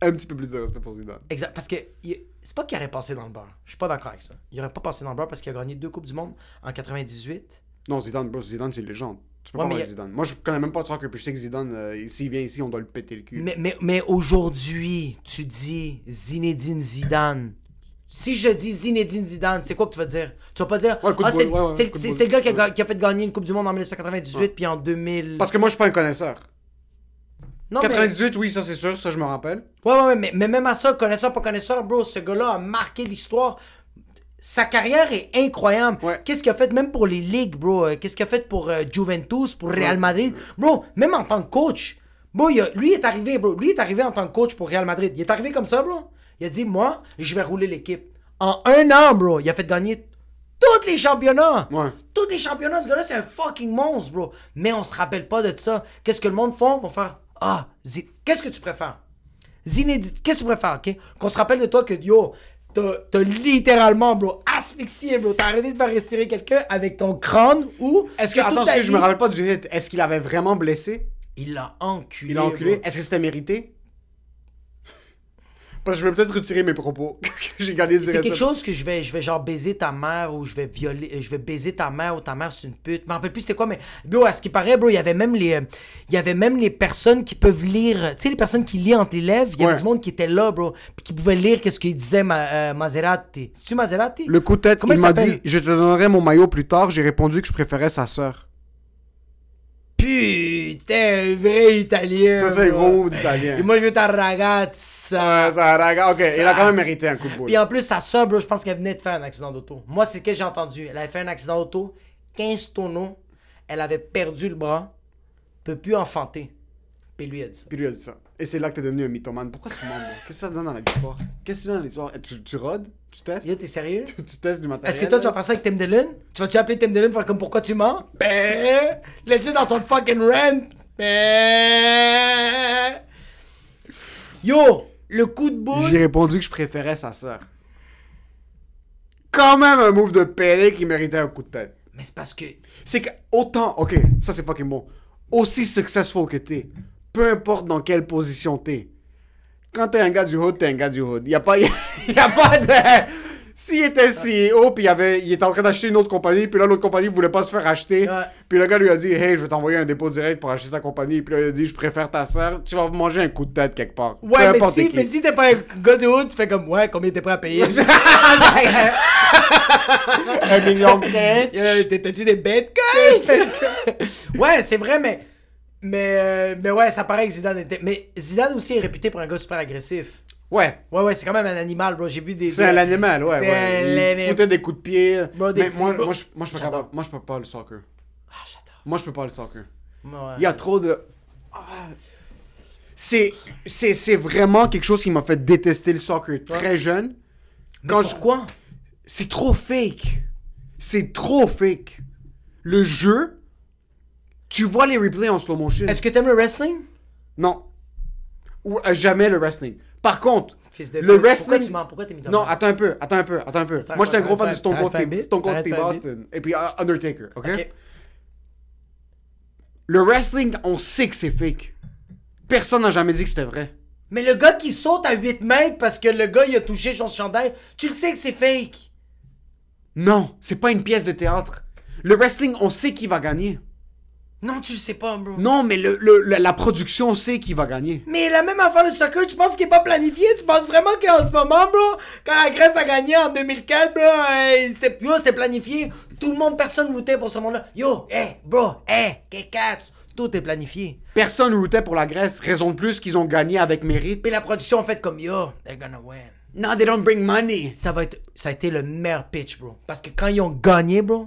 S3: un petit peu plus de respect pour Zidane.
S2: Exact, parce que il- c'est pas qu'il aurait passé dans le beurre. Je suis pas d'accord avec ça. Il aurait pas passé dans le beurre parce qu'il a gagné deux Coupes du Monde en 98.
S3: Non, Zidane, bro, Zidane, c'est une légende. Tu peux
S2: Ouais,
S3: pas
S2: mais
S3: parler
S2: y
S3: de
S2: a-
S3: Zidane. Moi, je connais même pas de soccer, puis je sais que Zidane, euh, s'il vient ici, on doit lui péter le cul.
S2: Mais, mais, mais aujourd'hui, tu dis Zinedine Zidane. Si je dis Zinedine Zidane, c'est quoi que tu vas dire Tu vas pas dire
S3: Ouais, coup de
S2: Ah, c'est
S3: boule, ouais, ouais,
S2: c'est-
S3: coup de
S2: c'est-
S3: boule.
S2: c'est le gars qui a, ga- qui a fait gagner une Coupe du Monde en 1998 puis en 2000.
S3: Parce que moi, je suis pas un connaisseur.
S2: non, mais-
S3: 98, oui, ça c'est sûr, ça je me rappelle.
S2: Ouais, ouais, ouais, mais, mais même à ça, connaisseur, pas connaisseur, bro, ce gars-là a marqué l'histoire. Sa carrière est incroyable.
S3: Ouais.
S2: Qu'est-ce qu'il a fait même pour les ligues, bro? Euh, Qu'est-ce qu'il a fait pour euh, Juventus, pour Real Madrid? Bro, même en tant que coach, bro, il a- lui est arrivé, bro. Lui est arrivé en tant que coach pour Real Madrid. Il est arrivé comme ça, bro. Il a dit, moi, je vais rouler l'équipe. En un an, bro, il a fait gagner tous les championnats.
S3: Ouais.
S2: Tous les championnats, ce gars-là, c'est un fucking monstre, bro. Mais on se rappelle pas de ça. Qu'est-ce que le monde font? Ils vont faire, ah, Zi- qu'est-ce que tu préfères? Zinedine, qu'est-ce que tu préfères, ok? Qu'on se rappelle de toi que, yo, t'as t'as littéralement, bro, asphyxié, bro. T'as arrêté de faire respirer quelqu'un avec ton crâne ou.
S3: Est-ce que,
S2: toute
S3: attends,
S2: ta
S3: est-ce que je me
S2: vie-
S3: rappelle pas du hit Est-ce qu'il avait vraiment blessé
S2: Il l'a enculé.
S3: Il l'a enculé
S2: bro.
S3: Est-ce que c'était mérité Parce que je vais peut-être retirer mes propos. *laughs* que J'ai gardé du
S2: C'est
S3: reste.
S2: quelque chose que je vais, je vais genre baiser ta mère ou je vais violer, euh, je vais baiser ta mère ou ta mère c'est une pute. Je me rappelle plus c'était quoi, mais bro, à ce qui paraît, bro, il y avait même les, euh, il y avait même les personnes qui peuvent lire, euh, tu sais, les personnes qui lisent entre les lèvres, il y
S3: Ouais.
S2: avait du monde qui était là, bro, puis qui pouvait lire qu'est-ce qu'il disait ma, euh, Maserati. C'est-tu Maserati?
S3: Le coup de tête,
S2: Comment
S3: il
S2: il
S3: m'a dit
S2: s'appelle
S3: Je te donnerai mon maillot plus tard. J'ai répondu que je préférais sa sœur.
S2: Putain, vrai italien.
S3: Ça, c'est
S2: bro.
S3: gros d'italien.
S2: Et moi, je veux ta ragazza.
S3: Ouais, ça, regarde, ok,
S2: Ça-
S3: il a quand même mérité un coup de boule.
S2: Puis en plus, sa sœur, bro, je pense qu'elle venait de faire un accident d'auto. Moi, c'est ce que j'ai entendu. Elle avait fait un accident d'auto, 15 tonneaux, elle avait perdu le bras, peut plus enfanter. Puis lui a dit ça.
S3: Puis lui a dit ça. Et c'est là que t'es devenu un mythomane. Pourquoi tu mens, bro? Qu'est-ce que ça donne dans la victoire Qu'est-ce que tu donnes dans l'histoire Eh, tu, tu rodes Tu testes
S2: Yo, t'es sérieux?
S3: *laughs* tu, tu testes du matériel
S2: Est-ce que toi, tu
S3: là?
S2: vas faire ça avec Tim Dillon? Tu vas-tu appeler Tim Dillon faire comme pourquoi tu mens? Ben, laisse-le dans son fucking rent. Ben. Yo, le coup de boule.
S3: J'ai répondu que je préférais sa sœur. Quand même un move de PD qui méritait un coup de tête.
S2: Mais c'est parce que.
S3: C'est que autant, ok, ça c'est fucking bon. Aussi successful que t'es, peu importe dans quelle position t'es, quand t'es un gars du hood, t'es un gars du hood. Y a pas, *laughs* y a, pas de. S'il était CEO, puis il, avait, il était en train d'acheter une autre compagnie, puis là l'autre compagnie voulait pas se faire acheter,
S2: Ouais.
S3: puis le gars lui a dit Hey, je vais t'envoyer un dépôt direct pour acheter ta compagnie, puis là il a dit Je préfère ta sœur, tu vas manger un coup de tête quelque part. Peu
S2: Ouais, mais
S3: importe
S2: si,
S3: qui.
S2: mais si t'es pas un gars du haut, tu fais comme ouais, combien t'es prêt à
S3: *laughs*
S2: payer? *laughs*
S3: un million de
S2: *laughs*
S3: têtes.
S2: Euh, t'es- T'as-tu des bêtes, guys? ouais, c'est vrai, mais. Mais, euh, mais ouais, ça paraît que Zidane était. Mais Zidane aussi est réputé pour un gars super agressif.
S3: Ouais.
S2: Ouais, ouais, c'est quand même un animal, bro. J'ai vu des.
S3: C'est un animal, ouais.
S2: C'est
S3: ouais. Il
S2: l'animal.
S3: foutait des coups de pied.
S2: Bro, des
S3: mais
S2: petits
S3: moi,
S2: bro-
S3: moi, je, moi, je suis pas
S2: J'adore.
S3: capable. Moi, je peux pas le soccer.
S2: Ah, j'adore.
S3: Moi, je peux pas le soccer.
S2: Ouais.
S3: Il y a trop de. Ah. C'est, c'est, c'est vraiment quelque chose qui m'a fait détester le soccer très jeune.
S2: Mais
S3: Quand je-
S2: pourquoi?
S3: C'est trop fake. C'est trop fake. Le jeu, Tu vois les replays en slow motion.
S2: Est-ce que t'aimes le wrestling?
S3: Non. Ou à jamais le wrestling. Par contre,
S2: Fils de
S3: le
S2: pute,
S3: wrestling.
S2: Pourquoi tu mens? Pourquoi t'es mis dans
S3: non,
S2: le-
S3: attends un peu, attends un peu, attends un peu.
S2: Ça
S3: Moi, j'étais un
S2: raconte
S3: gros fan
S2: un
S3: de Stone
S2: fan-
S3: Cold
S2: fan
S3: Steve,
S2: bit,
S3: Stone Cold
S2: un
S3: Steve
S2: fan bit.
S3: Austin. Et puis euh, Undertaker, ok?
S2: Ok.
S3: Le wrestling, on sait que c'est fake. Personne n'a jamais dit que c'était vrai.
S2: Mais le gars qui saute à 8 mètres parce que le gars il a touché son chandail, tu le sais que c'est fake.
S3: Non, c'est pas une pièce de théâtre. Le wrestling, on sait qui va gagner.
S2: Non, tu le sais pas, bro.
S3: Non, mais le, le- la- la production sait qui va gagner.
S2: Mais la même affaire le soccer, tu penses qu'il est pas planifié? Tu penses vraiment qu'en ce moment, bro, quand la Grèce a gagné en 2004, bro, hey, c'était yo, c'était planifié. Tout le monde, personne votait pour ce monde-là. Yo, hey, bro, hey, K4, tout est planifié.
S3: Personne routait pour la Grèce, raison de plus qu'ils ont gagné avec mérite.
S2: Mais la production fait comme yo, they're gonna win.
S3: Non, they don't bring money.
S2: Ça va être, ça a été le meilleur pitch, bro. Parce que quand ils ont gagné, bro,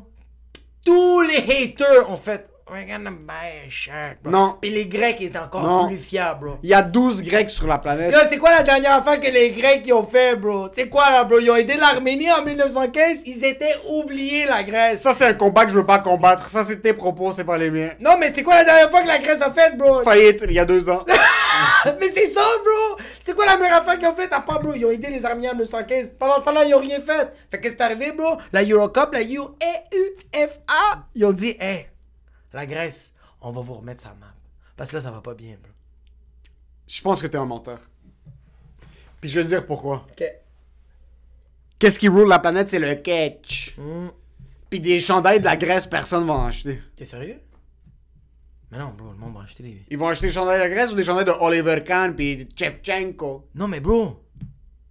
S2: tous les haters ont fait. We're gonna buy a shirt, bro.
S3: Non.
S2: Puis les Grecs étaient encore
S3: Non.
S2: plus fiers, bro.
S3: Il y a 12 Grecs sur la planète.
S2: Yo, c'est quoi la dernière affaire que les Grecs ils ont fait, bro? C'est quoi là, bro? Ils ont aidé l'Arménie en 1915, ils étaient oubliés, la Grèce.
S3: Ça, c'est un combat que je veux pas combattre. Ça, c'est tes propos, c'est pas les miens.
S2: Non, mais c'est quoi la dernière fois que la Grèce a fait, bro?
S3: Faillite, il y a deux ans.
S2: *laughs* mais c'est ça, bro! C'est quoi la meilleure affaire qu'ils ont fait? À part, bro, ils ont aidé les Arméniens en 1915. Pendant ce temps-là, ils ont rien fait. Fait que c'est arrivé, bro? La Eurocup, la UEFA, ils ont dit, hey, la Grèce, on va vous remettre sa map. Parce que là, ça va pas bien, bro.
S3: *laughs* Je pense que t'es un menteur. Puis je vais te dire pourquoi. Qu'est-ce qui roule la planète, c'est le catch.
S2: Hmm.
S3: Puis des chandails de la Grèce, personne va en acheter.
S2: T'es sérieux? Mais non, bro, le monde va acheter les.
S3: Ils vont acheter des chandails de la Grèce ou des chandails de Oliver Kahn puis Chevchenko.
S2: Non, mais bro.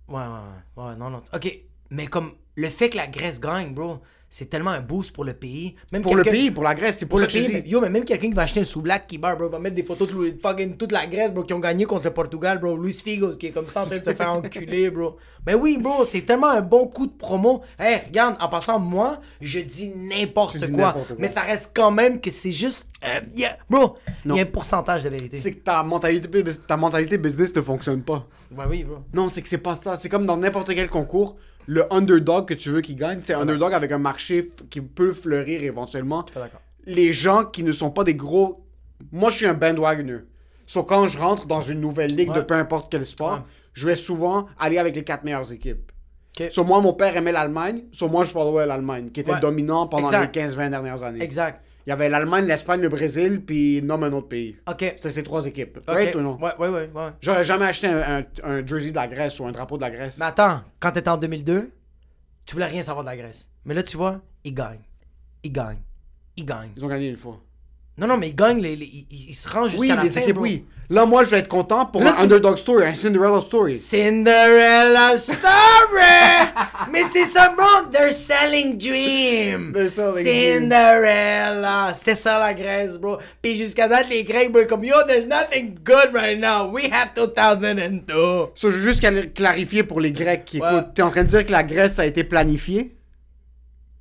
S2: Ouais, ouais, ouais. Ouais, non, non. Ok, mais comme le fait que la Grèce gagne, bro, c'est tellement un boost pour le pays. Même
S3: Pour le
S2: quelqu'un-
S3: pays, pour la Grèce, c'est
S2: Pour
S3: pour ça
S2: le
S3: que je
S2: pays, mais-
S3: dis.
S2: yo, mais même quelqu'un qui va acheter un sous-black qui barre, bro, va mettre des photos de Louis- fucking toute la Grèce, bro, qui ont gagné contre le Portugal, bro. Luis Figo, qui est comme ça en train de se
S3: *laughs*
S2: faire enculer, bro. Mais oui, bro, c'est tellement un bon coup de promo. Hey, regarde, en passant, moi, je dis n'importe
S3: Tu dis
S2: quoi,
S3: n'importe quoi.
S2: Mais ça reste quand même que c'est juste. euh, yeah, bro, il y a un pourcentage de vérité.
S3: C'est que ta mentalité, bu- ta mentalité business ne fonctionne pas.
S2: Ouais, oui, bro.
S3: Non, c'est que c'est pas ça. C'est comme dans n'importe quel concours, le underdog que tu veux qui gagne, c'est un underdog avec un marché f- qui peut fleurir éventuellement.
S2: pas d'accord.
S3: Les gens qui ne sont pas des gros. Moi, je suis un bandwagoner. Sauf quand je rentre dans une nouvelle ligue de
S2: Ouais.
S3: peu importe quel sport, je vais souvent aller avec les quatre meilleures équipes.
S2: Ok.
S3: Sur moi, mon père aimait l'Allemagne. Sur moi, je followais l'Allemagne, qui était
S2: Ouais.
S3: dominant pendant
S2: Exact.
S3: les 15-20 dernières années.
S2: Exact.
S3: Il y avait l'Allemagne, l'Espagne, le Brésil, puis nomme un autre pays.
S2: Ok.
S3: C'était ces trois équipes.
S2: Ok.
S3: Right ou non?
S2: Ouais, ouais, ouais, ouais.
S3: J'aurais jamais acheté un, un- un jersey de la Grèce ou un drapeau de la Grèce.
S2: Mais attends, quand t'étais en 2002, tu voulais rien savoir de la Grèce. Mais là, tu vois, ils gagnent. Ils gagnent. Ils gagnent.
S3: Ils ont gagné une fois.
S2: Non, non, mais ils gagnent. Les, les- ils, ils se rendent jusqu'à
S3: Oui,
S2: la
S3: les
S2: fin.
S3: équipes,
S2: bro.
S3: oui. Là, moi, je vais être content pour
S2: Là,
S3: un
S2: tu-
S3: underdog story, un Cinderella story.
S2: Cinderella Story! *laughs* mais c'est ça, bro! They're selling dream!
S3: *laughs* They're selling dream.
S2: Cinderella! C'était ça la Grèce, bro. Puis jusqu'à date, les Grecs, bro, comme yo, there's nothing good right now. We have 2002.
S3: Ça, je veux juste cal- clarifier pour les Grecs qui
S2: Ouais.
S3: écoutent. T'es en train de dire que la Grèce a été planifiée?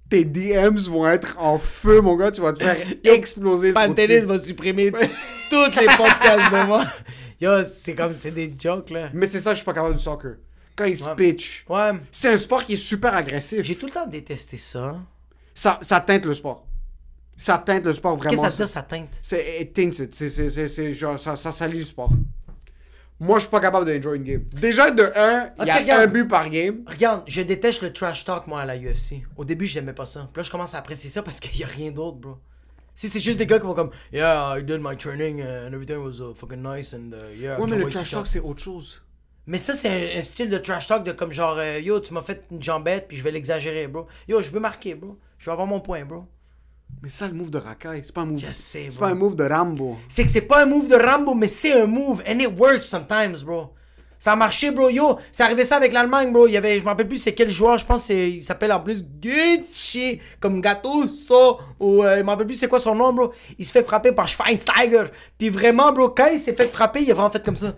S3: Tes DMs vont être en feu, mon gars. Tu
S2: *laughs*
S3: vas te faire exploser. le trou de
S2: Pantelis
S3: cul.
S2: va supprimer toutes les podcasts de moi. *laughs* Yo, c'est comme, c'est des jokes, là.
S3: Mais c'est ça que je suis pas capable du soccer. Quand ils se pitchent.
S2: Ouais,
S3: C'est un sport qui est super agressif.
S2: j'ai tout le temps détesté ça. hein.
S3: Ça, ça teinte le sport. Ça teinte le sport
S2: Qu'est-ce
S3: vraiment.
S2: que ça veut dire, sa teinte?
S3: C'est it thinks it. C'est- c'est- c'est- c'est genre, ça, ça salit le sport. Moi, je suis pas capable d'enjoy une game. Déjà, de 1, il
S2: Ok,
S3: y a
S2: regarde.
S3: un but par game.
S2: Regarde, je déteste le trash talk, moi, à la UFC. Au début, j'aimais pas ça. Puis là, je commence à apprécier ça parce qu'il y a rien d'autre, bro. Si c'est juste des gars qui vont comme Yeah, I did my training uh, and everything was uh, fucking nice and uh, yeah. I
S3: Ouais,
S2: can't
S3: mais le
S2: wait to
S3: trash
S2: talk.
S3: talk, c'est autre chose.
S2: Mais ça, c'est un, un style de trash talk de comme genre euh, Yo, tu m'as fait une jambette puis je vais l'exagérer, bro. Yo, je veux marquer, bro. Je veux avoir mon point, bro.
S3: Mais ça, le move de Rakai, c'est pas un move.
S2: Je sais,
S3: C'est
S2: bro.
S3: pas un move de Rambo.
S2: c'est que c'est pas un move de Rambo, mais c'est un move. And it works sometimes, bro. Ça a marché, bro. Yo, c'est arrivé ça avec l'Allemagne, bro. Il y avait, je m'en rappelle plus c'est quel joueur, je pense, c'est- il s'appelle en plus Gucci, comme Gattuso, ou euh, je m'en rappelle plus c'est quoi son nom, bro. Il se fait frapper par Schweinsteiger. Puis vraiment, bro, quand il s'est fait frapper, il a vraiment fait comme ça.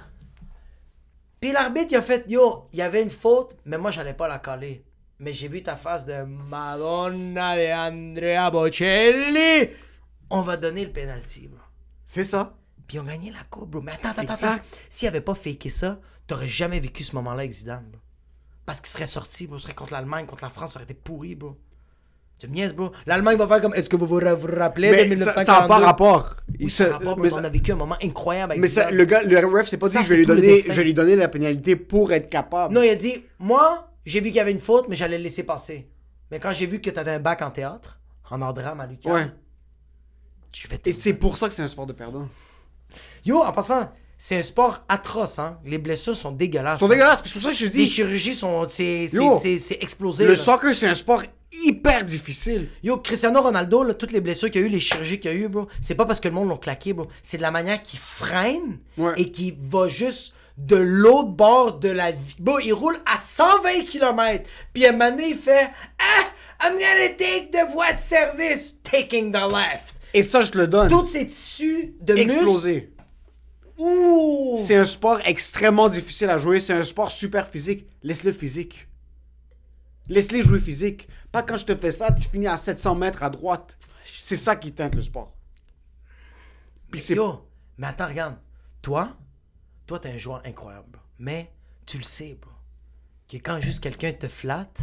S2: Puis l'arbitre, il a fait, yo, il y avait une faute, mais moi, j'allais pas la caler. Mais j'ai vu ta face de Madonna de Andrea Bocelli. On va donner le penalty, bro.
S3: C'est ça.
S2: Puis ils ont gagné la coupe, bro. Mais attends, attends,
S3: Exact.
S2: attends. S'ils n'avaient pas faké ça, t'aurais jamais vécu ce moment-là avec Zidane, bro. Parce qu'il serait sorti, bro. Il serait contre l'Allemagne, contre la France, ça aurait été pourri, bro. Tu Tu me niaises, bro. L'Allemagne va faire comme. Est-ce que vous vous ra- vous rappelez de
S3: Mais ça
S2: 1942
S3: n'a pas rapport. Il
S2: Oui,
S3: se-
S2: ça a rapport,
S3: mais
S2: mais on
S3: ça-
S2: a vécu un moment incroyable avec
S3: mais
S2: les
S3: ça,
S2: Arabes.
S3: le gars, le ref, c'est pas dit
S2: Ça,
S3: je vais
S2: c'est
S3: lui
S2: tout le
S3: donner,
S2: destin.
S3: je vais lui donner la pénalité pour être capable.
S2: Non, il a dit Moi, j'ai vu qu'il y avait une faute, mais j'allais le laisser passer. Mais quand j'ai vu que t'avais un bac en théâtre, en art drame à Lucas,
S3: ouais.
S2: je vais te-
S3: Et c'est pour ça que c'est un sport de perdant.
S2: Yo, en passant, c'est un sport atroce, hein. Les blessures sont dégueulasses.
S3: Ils sont
S2: hein.
S3: dégueulasses, puis c'est pour ça que je te
S2: Les
S3: dis,
S2: chirurgies sont. C'est c'est-
S3: Yo.
S2: c'est- c'est explosé.
S3: le
S2: là.
S3: soccer, c'est un sport hyper difficile.
S2: Yo, Cristiano Ronaldo, là, toutes les blessures qu'il y a eu, les chirurgies qu'il y a eu, bro, c'est pas parce que le monde l'a claqué, bro. C'est de la manière qu'il freine
S3: Ouais.
S2: et qu'il va juste de l'autre bord de la vie. Bro, il roule à 120 km. Puis à un moment donné, il fait Ah, I'm gonna take the voie de service, taking the left.
S3: Et ça, je te le donne.
S2: Tous ces tissus de muscles.
S3: Explosé.
S2: Ouh!
S3: C'est un sport extrêmement difficile à jouer. C'est un sport super physique. Laisse-le physique. Laisse-les jouer physique. Pas quand je te fais ça, tu finis à 700 mètres à droite. C'est ça qui teinte le sport. Puis c'est.
S2: Yo, mais attends, regarde. Toi, toi, t'es un joueur incroyable. bro. Mais tu le sais, bro. Que quand juste quelqu'un te flatte,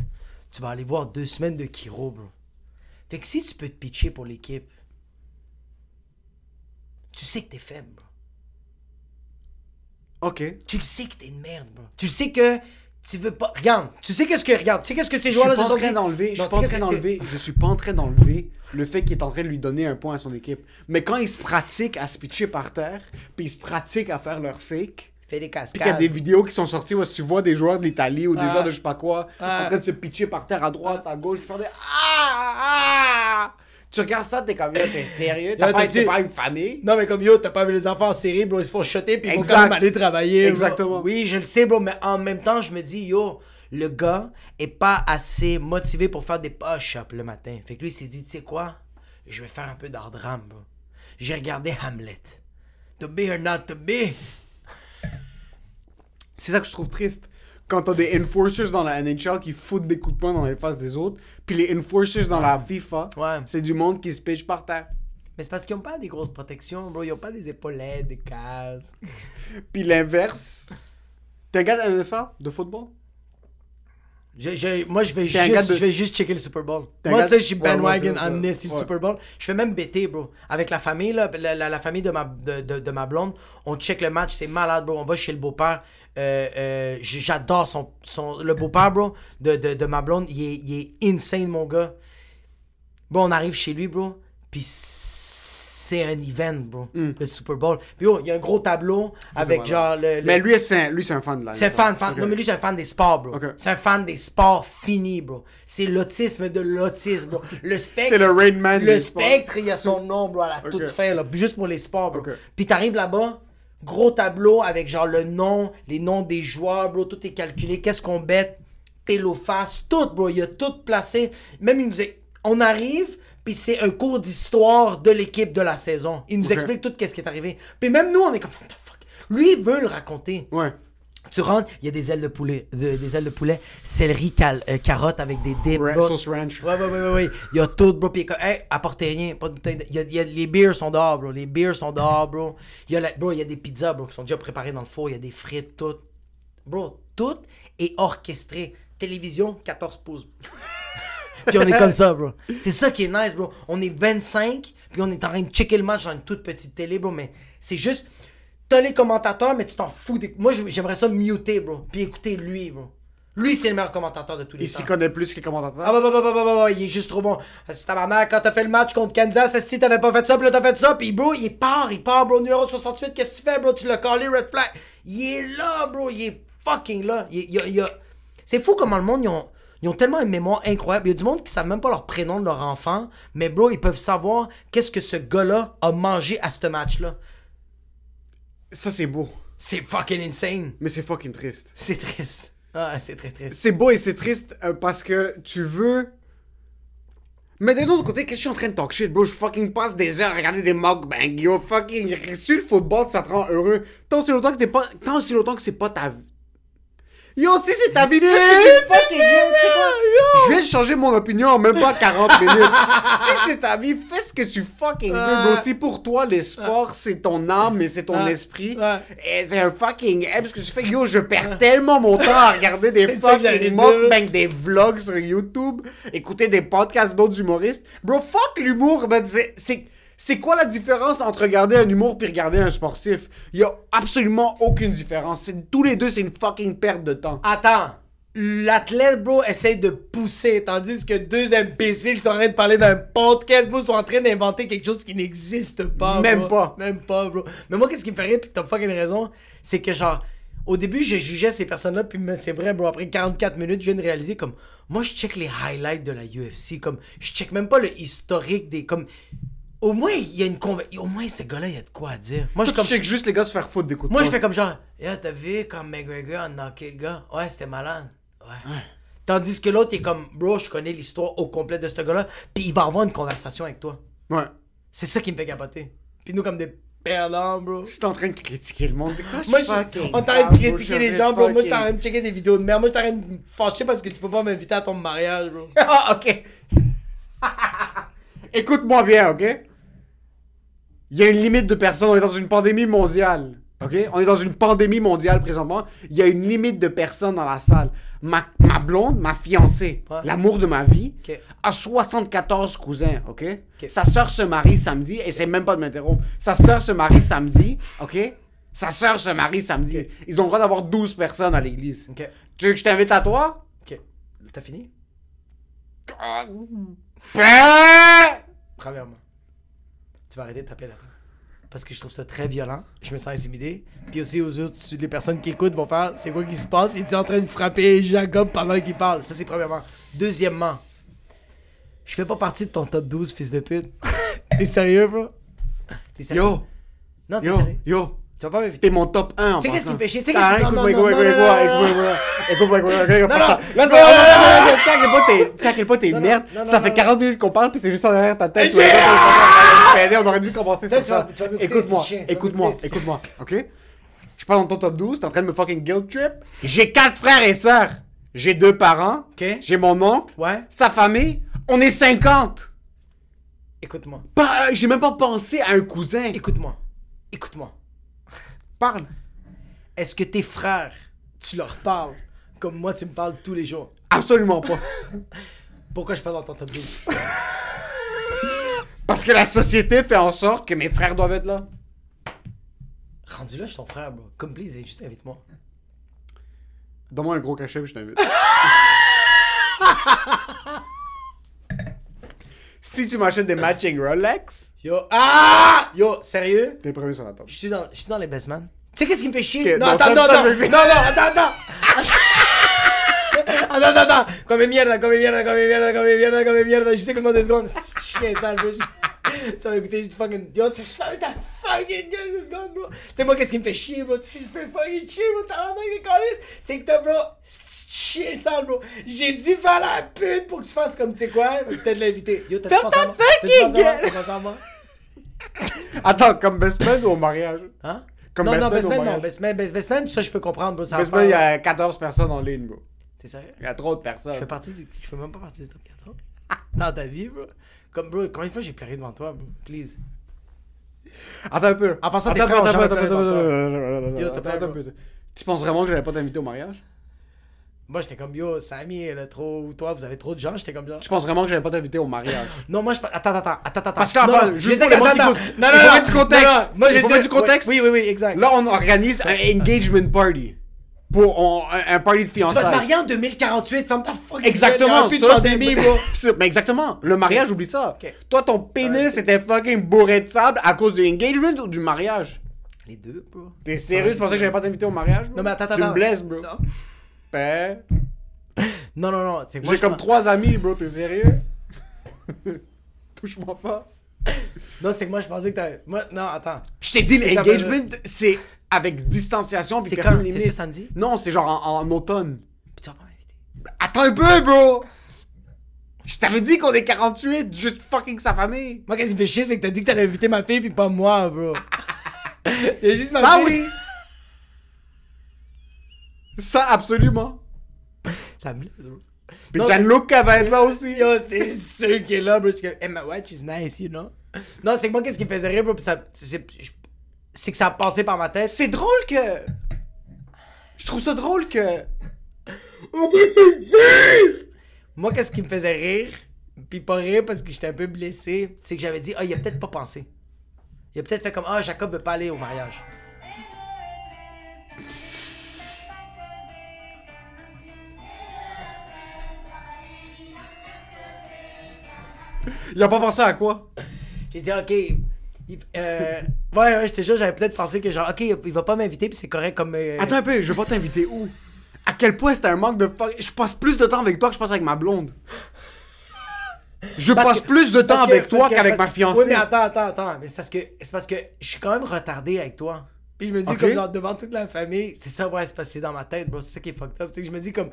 S2: tu vas aller voir deux semaines de Kiro, bro. Fait que si tu peux te pitcher pour l'équipe, tu sais que t'es faible, bro.
S3: Ok.
S2: Tu le sais que t'es une merde, bro. Tu le sais que tu veux pas. Regarde, tu sais qu'est-ce que. Regarde, tu sais qu'est-ce que ces
S3: Je suis
S2: joueurs-là
S3: pas
S2: se sont
S3: en train
S2: dit?
S3: d'enlever. Je
S2: Non, tu
S3: suis pas
S2: sais
S3: en
S2: qu'est-ce
S3: train
S2: que t'es-
S3: d'enlever. Je suis pas en train d'enlever le fait qu'il est en train de lui donner un point à son équipe. Mais quand ils se pratiquent à se pitcher par terre, puis ils se pratiquent à faire leur fake.
S2: Fais des
S3: Puis qu'il y a
S2: cascades.
S3: des vidéos qui sont sorties où est-ce que tu vois des joueurs de l'Italie ou des
S2: Ah.
S3: joueurs de je sais pas quoi
S2: Ah.
S3: en train de se pitcher par terre à droite, à gauche, puis faire des ah, ah Tu regardes ça, t'es comme Yo, t'es sérieux,
S2: Yo,
S3: t'as
S2: t'as
S3: pas, t'es
S2: dit-
S3: pas une famille.
S2: Non, mais comme yo, t'as pas vu les enfants en série, bro, ils se font shotter puis ils vont
S3: Exact.
S2: quand même aller travailler. bro.
S3: Exactement.
S2: Oui, je le sais, bro, mais en même temps, je me dis, yo, le gars est pas assez motivé pour faire des push-ups le matin. Fait que lui, il s'est dit, tu sais quoi, je vais faire un peu d'art drame, bro. J'ai regardé Hamlet. To be or not to be.
S3: C'est ça que je trouve triste. Quand t'as des enforcers dans la NHL qui foutent des coups de poing dans les faces des autres, puis les enforcers dans la FIFA,
S2: Ouais.
S3: c'est du monde qui se pitche par terre.
S2: Mais c'est parce qu'ils ont pas des grosses protections, bro. Ils ont pas des épaulettes, des cases.
S3: Puis l'inverse, t'es un gars de la NFL, de football
S2: Je- je- moi, je vais,
S3: T'es un
S2: juste,
S3: gars de-
S2: je vais juste checker le Super Bowl.
S3: T'es un
S2: Moi,
S3: gars
S2: ça, je suis
S3: de- ouais, moi,
S2: bandwagon
S3: c'est-
S2: en
S3: ouais,
S2: Nessie
S3: ouais.
S2: Super Bowl. Je fais même BT, bro. Avec la famille, là, la, la- la famille de ma, de, de- de ma blonde, on check le match, c'est malade, bro. On va chez le beau-père. Euh, euh, j- J'adore son, son- Le beau-père, bro, de, de- de ma blonde, il est, il est insane, mon gars. Bon, on arrive chez lui, bro. Puis c'est un event, bro. Le Super Bowl. Puis, oh, il y a un gros tableau avec
S3: Hmm. c'est
S2: genre le- le
S3: Mais lui, c'est un, lui, c'est un fan de la
S2: c'est un
S3: NFL.
S2: fan, fan.
S3: Ok.
S2: Non, mais lui, c'est un fan des sports, bro.
S3: Ok.
S2: C'est un fan des sports finis, bro. C'est l'autisme de l'autisme, bro. Le spectre.
S3: C'est le Rain Man
S2: Le
S3: des sports.
S2: spectre, il y a son nom, bro, à la
S3: Ok.
S2: toute fin, là. Juste pour les sports, bro.
S3: Ok.
S2: Puis t'arrives là-bas, gros tableau avec genre le nom, les noms des joueurs, bro. Tout est calculé. Qu'est-ce qu'on bête? Téloface, tout, bro. Il a tout placé. Même il nous dit, on arrive. Puis c'est un cours d'histoire de l'équipe de la saison. Il nous
S3: Ok.
S2: explique tout quest ce qui est arrivé. Puis même nous, on est comme, what the fuck? Lui, il veut le raconter.
S3: Ouais.
S2: Tu rentres, il y a des ailes de poulet, de- des ailes de poulet, céleri, cal- euh, carottes avec des dips.
S3: Ra-
S2: bro.
S3: sauce ranch.
S2: Ouais, ouais, ouais, ouais, ouais. Il y a tout, bro. Puis il est comme, hey, apportez rien. Pas de bouteille de- il y a- il y a- les beers sont dehors, bro. Les beers sont dehors, bro. Il y a, la- bro, il y a des pizzas, bro, qui sont déjà préparées dans le four. Il y a des frites, tout. Bro, tout est orchestré. Télévision, 14 pouces. *laughs* puis on est comme ça, bro. C'est ça qui est nice, bro. On est 25, puis on est en train de checker le match dans une toute petite télé, bro. Mais c'est juste, t'as les commentateurs, mais tu t'en fous. Des... Moi, je- j'aimerais ça muter, bro. Puis écouter lui, bro. Lui, c'est le meilleur commentateur de tous les
S3: Il
S2: temps.
S3: s'y connaît plus que les commentateurs.
S2: Ah bah bah bah bah bah bah, bah, il est juste trop bon. C'est tabarnak, quand t'as fait le match contre Kansas, si t'avais pas fait ça, puis là t'as fait ça, puis bro, il part, il part, bro, numéro 68, qu'est-ce que tu fais, bro, tu l'as collé, red flag. Il est là, bro, il est fucking là. Il, il y a- il y a- C'est fou comment le monde, ils ont, ils ont tellement une mémoire incroyable. Il y a du monde qui savent même pas leur prénom de leur enfant, mais bro, ils peuvent savoir qu'est-ce que ce gars-là a mangé à ce match-là.
S3: Ça, c'est beau.
S2: C'est fucking insane.
S3: Mais c'est fucking triste.
S2: C'est triste. Ah, c'est très triste.
S3: C'est beau et c'est triste euh, parce que tu veux. Mais d'un autre côté, qu'est-ce que je suis en train de talk shit, bro? Je fucking passe des heures à regarder des mukbangs, yo, fucking. Sur le football, ça te rend heureux. Tant si longtemps que t'es pas. Tant si longtemps que c'est pas ta. Yo, si c'est ta vie, plus que tu fucking yo, tu sais quoi? Je viens de changer mon opinion en même
S2: *laughs*
S3: pas 40 minutes. si c'est ta vie, fais ce que tu fucking veux, bro. Si pour toi, les sports, c'est ton âme et c'est ton
S2: Ouais.
S3: esprit,
S2: Ouais.
S3: et c'est un fucking app, ce que tu fais. Yo, je perds tellement mon temps à regarder des
S2: C'est ça que j'allais
S3: fucking
S2: dire.
S3: mukbangs, des vlogs sur YouTube, écouter des podcasts d'autres humoristes. Bro, fuck l'humour, man. C'est- c'est... C'est quoi la différence entre regarder un humour puis regarder un sportif? Il y a absolument aucune différence. C'est- Tous les deux, c'est une fucking perte de
S2: Ah,
S3: temps.
S2: Attends. L'athlète, bro, essaie de pousser, tandis que deux imbéciles qui sont en train de parler d'un podcast, bro, sont en train d'inventer quelque chose qui n'existe pas.
S3: Même
S2: bro.
S3: pas.
S2: Même pas, bro. Mais moi, qu'est-ce qui me ferait, pis t'as fucking raison, c'est que genre, au début, je jugeais ces personnes-là, puis mais c'est vrai, bro, après 44 minutes, je viens de réaliser comme, moi, je check les highlights de la UFC, comme, je check même pas le historique des, comme, au moins, il y a une conver- Au moins, ce gars-là, il y a de quoi à dire. Moi, je
S3: Toi,
S2: comme.
S3: tu check juste les gars se faire foutre des coups de
S2: Moi, je
S3: poing.
S2: fais comme genre, Yo, t'as vu quand McGregor a knocké le gars? Ouais, c'était malade. Ouais. Tandis que l'autre, il est comme, bro, je connais l'histoire au complet de ce gars-là, puis il va avoir une conversation avec toi.
S3: Ouais.
S2: C'est ça qui me fait capoter. Puis nous, comme des perdants, bro.
S3: Je suis en train de critiquer le monde. Quoi,
S2: Moi, je, on t'arrête de critiquer les gens, bro. Moi, je t'arrête de checker des vidéos de merde. Moi, je t'arrête de me fâcher parce que tu peux pas m'inviter à ton mariage, *laughs* bro.
S3: *laughs* Ah, ok. Écoute-moi bien, ok? Il y a une limite de personnes. On est dans une pandémie mondiale. Ok? On est dans une pandémie mondiale présentement. Il y a une limite de personnes dans la salle. Ma, ma blonde, ma fiancée,
S2: Ouais.
S3: l'amour de ma vie,
S2: Ok.
S3: a 74 cousins, ok? Sa sœur se marie samedi, et c'est même pas de m'interrompre. Sa sœur se marie samedi, ok? Sa sœur se marie samedi. Ils ont le droit d'avoir 12 personnes à l'église.
S2: Ok.
S3: Tu veux que je t'invite à toi?
S2: Ok. T'as fini? Ah.
S3: Ben!
S2: Premièrement, tu vas arrêter de t'appeler là-bas. Parce que je trouve ça très violent. Je me sens intimidé. Puis aussi, aux autres, tu- les personnes qui écoutent vont faire c'est quoi qui se passe Il est en train de frapper Jacob pendant qu'il parle. Ça, c'est premièrement. Deuxièmement, je fais pas partie de ton top 12, fils de pute. *laughs* T'es sérieux, bro T'es sérieux
S3: Yo,
S2: Non, Ah, t'es
S3: yo,
S2: sérieux.
S3: yo,
S2: Tu vas pas m'inviter.
S3: t'es mon top 1 en
S2: Tu sais qu'est-ce qui me fait chier Tu sais
S3: Ah,
S2: qu'est-ce qui
S3: écoute-moi,
S2: me
S3: écoute-moi, écoute-moi, écoute-moi, écoute-moi, écoute-moi, écoute-moi, pas ça. Là, c'est- Tu sais à quel point t'es- tu sais à quel point t'es
S2: non,
S3: merde.
S2: non, non,
S3: Ça fait
S2: non.
S3: 40 minutes qu'on parle, puis c'est juste en arrière de ta tête. Tu vois,
S2: Yeah!
S3: les gens sont en train de nous aider, On aurait dû commencer
S2: Là,
S3: sur
S2: tu vas-
S3: ça.
S2: tu vas nous péter,
S3: Écoute-moi,
S2: ce chien, tu vas nous
S3: écoute-moi,
S2: péter, ce
S3: écoute-moi, ok? Je parle dans ton top 12, t'es en train de me fucking guilt trip. J'ai quatre frères et sœurs. J'ai deux parents.
S2: Ok.
S3: J'ai mon oncle.
S2: Ouais,
S3: Sa famille. On est 50.
S2: écoute-moi.
S3: Pas- J'ai même pas pensé à un cousin.
S2: Écoute-moi. Écoute-moi.
S3: Parle.
S2: Est-ce que tes frères, tu leur parles comme moi, tu me parles tous les jours
S3: Absolument pas.
S2: Pourquoi je parle dans ton top 12
S3: *laughs* Parce que la société fait en sorte que mes frères doivent être là.
S2: Rendu là, je suis ton frère, bro. Comme please, eh, juste invite-moi.
S3: Donne-moi un gros cachet puis je t'invite. *laughs* si tu m'achètes des matching Rolex,
S2: Yo, ah! Yo, sérieux?
S3: t'es le premier sur la table.
S2: Je suis dans, je suis dans les basements. Tu sais qu'est-ce qui me fait chier?
S3: Ok,
S2: non,
S3: non,
S2: attends,
S3: ça,
S2: non,
S3: ça,
S2: non,
S3: je me dis-
S2: non, non, attends,
S3: *laughs*
S2: attends! attends, attends, attends! Comme mierda, comme mierda, comme mierda, comme mierda, comme mierda. Je sais comment deux secondes. Chien sale, bro. Ça va écouter, je te fucking. Yo, tu fermes ta fucking gueule deux secondes, bro. Tu sais, moi, qu'est-ce qui me fait chier, bro? Tu sais, je fais fucking chier, bro. T'as vraiment des colis. C'est que t'as, bro. Chien sale, bro. J'ai dû faire la pute pour que tu fasses comme tu sais quoi. Peut-être l'inviter. Yo, t'as
S3: Ferme ta fucking gueule.
S2: T'as pensé à moi?
S3: Attends, comme best man ou au mariage?
S2: Hein?
S3: Comme
S2: non,
S3: Best
S2: non,
S3: Man
S2: Best
S3: au
S2: Man, non,
S3: mariage.
S2: Best Man, Best, Best Man, ça je peux comprendre, bro. Ça
S3: Best
S2: va
S3: man, il y
S2: faire-
S3: a 14 personnes en ligne, bro.
S2: T'es sérieux?
S3: Il y a trop de
S2: Je fais
S3: personnes.
S2: partie du. Je fais même pas partie du top 14. *laughs* Dans ta vie, bro. Comme, bro, combien de fois j'ai pleuré devant toi, bro? Please.
S3: Attends un peu.
S2: En passant, tes
S3: attends,
S2: frères ont
S3: attends,
S2: jamais
S3: attends,
S2: pleuré
S3: attends,
S2: devant toi.
S3: attends,
S2: Yo, s'il te
S3: attends,
S2: plaît,
S3: attends un
S2: bro.
S3: peu. Tu penses vraiment que j'allais pas t'inviter au mariage?
S2: Moi, j'étais comme, yo, Samy, elle a trop. ou Toi, vous avez trop de gens, j'étais comme là.
S3: Tu penses vraiment que j'allais pas t'inviter au mariage?
S2: Non, moi, je. par- Attends, attends, attends, attends.
S3: Parce que,
S2: non,
S3: attends,
S2: non,
S3: juste
S2: je les ai-
S3: pour les
S2: attends,
S3: gens qui
S2: attends.
S3: écoutent,
S2: Non,
S3: il faut
S2: non, non.
S3: mettre du contexte.
S2: Non, non, Moi,
S3: Il
S2: j'ai
S3: faut
S2: dit.
S3: mettre du contexte.
S2: Oui, oui, oui, exact.
S3: Là, on organise un engagement party. Pour on- un, un party de
S2: tu vas te
S3: fiançailles.
S2: marier en 2048, femme ta fucking. gueule, il y
S3: Exactement,
S2: aura plus de
S3: ça, c'est-
S2: pandémie, bro.
S3: *laughs* c'est- Mais exactement, le mariage, oublie ça.
S2: Ok.
S3: Toi, ton pénis était fucking bourré de sable à cause du engagement ou du mariage
S2: Les deux, bro.
S3: T'es sérieux, tu pensais que j'allais pas t'inviter au mariage bro?
S2: Non, mais attends,
S3: Tu
S2: attends.
S3: me blesses, bro.
S2: Non.
S3: Ben,
S2: Non, non, non, c'est que moi,
S3: J'ai
S2: je
S3: comme
S2: pense-
S3: trois amis, bro, t'es sérieux *laughs* Touche-moi pas.
S2: Non, c'est que moi, je pensais que t'avais. Moi, non, attends.
S3: Je t'ai dit,
S2: C'est ça,
S3: l'engagement, c'est avec distanciation puis
S2: C'est
S3: personne
S2: quand? C'est
S3: limite.
S2: ce samedi?
S3: Non, c'est genre en, en automne.
S2: Puis tu vas pas m'inviter.
S3: Attends un peu, bro Je t'avais dit qu'on est 48, juste fucking sa famille.
S2: Moi, qu'est-ce qui me fait chier, c'est que t'as dit que t'allais inviter ma fille, puis pas moi, *laughs* bro. Il y a juste ma
S3: Ça
S2: fille.
S3: oui Ça, absolument.
S2: Ça me blesse, bro.
S3: Puis
S2: Non,
S3: Gianluca va être là aussi.
S2: Yo, c'est sûr qu'il est là, bro. Je suis comme, Emma Watch is nice, you know? Non, c'est que moi, qu'est-ce qui me faisait rire, bro? puis ça- C'est je- c'est que ça a passé par ma tête.
S3: C'est drôle que. Je trouve ça drôle que.
S2: On va se dire! Moi, qu'est-ce qui me faisait rire, puis pas rire parce que j'étais un peu blessé, c'est que j'avais dit, ah, il a peut-être pas pensé. Il a peut-être fait comme, ah, Jacob veut pas aller au mariage.
S3: Il a pas pensé à quoi
S2: J'ai dit, ok. il- euh, ouais, ouais, je te jure, j'avais peut-être pensé que genre, ok, il va pas m'inviter, puis c'est correct comme. euh,
S3: Attends un peu, je vais pas t'inviter où À quel point c'était un manque de. fuck- Je passe plus de temps avec toi que je passe avec ma blonde. Je
S2: Parce
S3: passe
S2: que-
S3: plus de temps
S2: parce que-
S3: avec toi
S2: parce que-
S3: qu'avec ma
S2: parce-
S3: fiancée.
S2: Oui, mais attends, attends, attends. Mais c'est parce que c'est parce que je suis quand même retardé avec toi. Puis je me dis
S3: Ok.
S2: comme genre devant toute la famille, c'est ça ouais, c'est passé dans ma tête, bro, c'est ça qui est fucked up, c'est que je me dis comme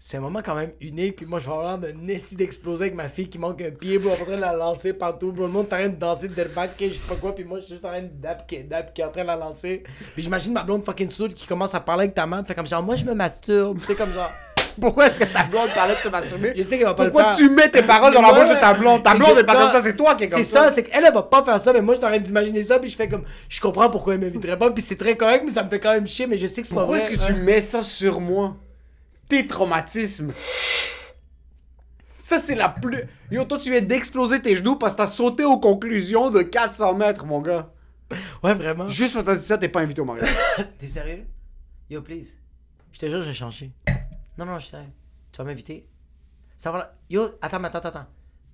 S2: c'est un moment quand même unique, puis moi je vais avoir l'air d'un esti d'exploser avec ma fille qui manque un pied, bro, en train de la lancer partout, bro, le monde est en train de danser de back, je sais pas quoi, puis moi je suis juste en train de dap, qui dap, qui est en train de la lancer. Puis j'imagine ma blonde fucking saoule qui commence à parler avec ta maman, fait comme genre moi je me masturbe, c'est comme genre
S3: Pourquoi est-ce que ta blonde parlait de se masturber
S2: Je sais qu'elle va pas le
S3: Pourquoi
S2: faire.
S3: tu mets tes paroles dans la
S2: Mais moi,
S3: bouche de ta blonde Ta
S2: c'est
S3: blonde
S2: que
S3: est pas
S2: quand-
S3: comme ça, c'est toi qui es comme
S2: C'est ça, c'est qu'elle, elle va pas faire ça, mais moi, je t'arrête d'imaginer ça, puis je fais comme, je comprends pourquoi elle m'inviterait pas, puis c'est très correct, mais ça me fait quand même chier, mais je sais que c'est pas
S3: Pourquoi
S2: vrai.
S3: est-ce que tu
S2: hein.
S3: mets ça sur moi Tes traumatismes. Ça, c'est la plus. Yo, toi, tu viens d'exploser tes genoux parce que t'as sauté aux conclusions de 400 mètres, mon gars.
S2: Ouais, vraiment.
S3: Juste pour t'as dit ça, t'es pas invité au mariage.
S2: T'es sérieux? Yo, please. Je te jure, j'ai changé. Non, non, je suis sérieux. Tu vas m'inviter? Ça va là. Yo, attends, mais attends, attends, attends.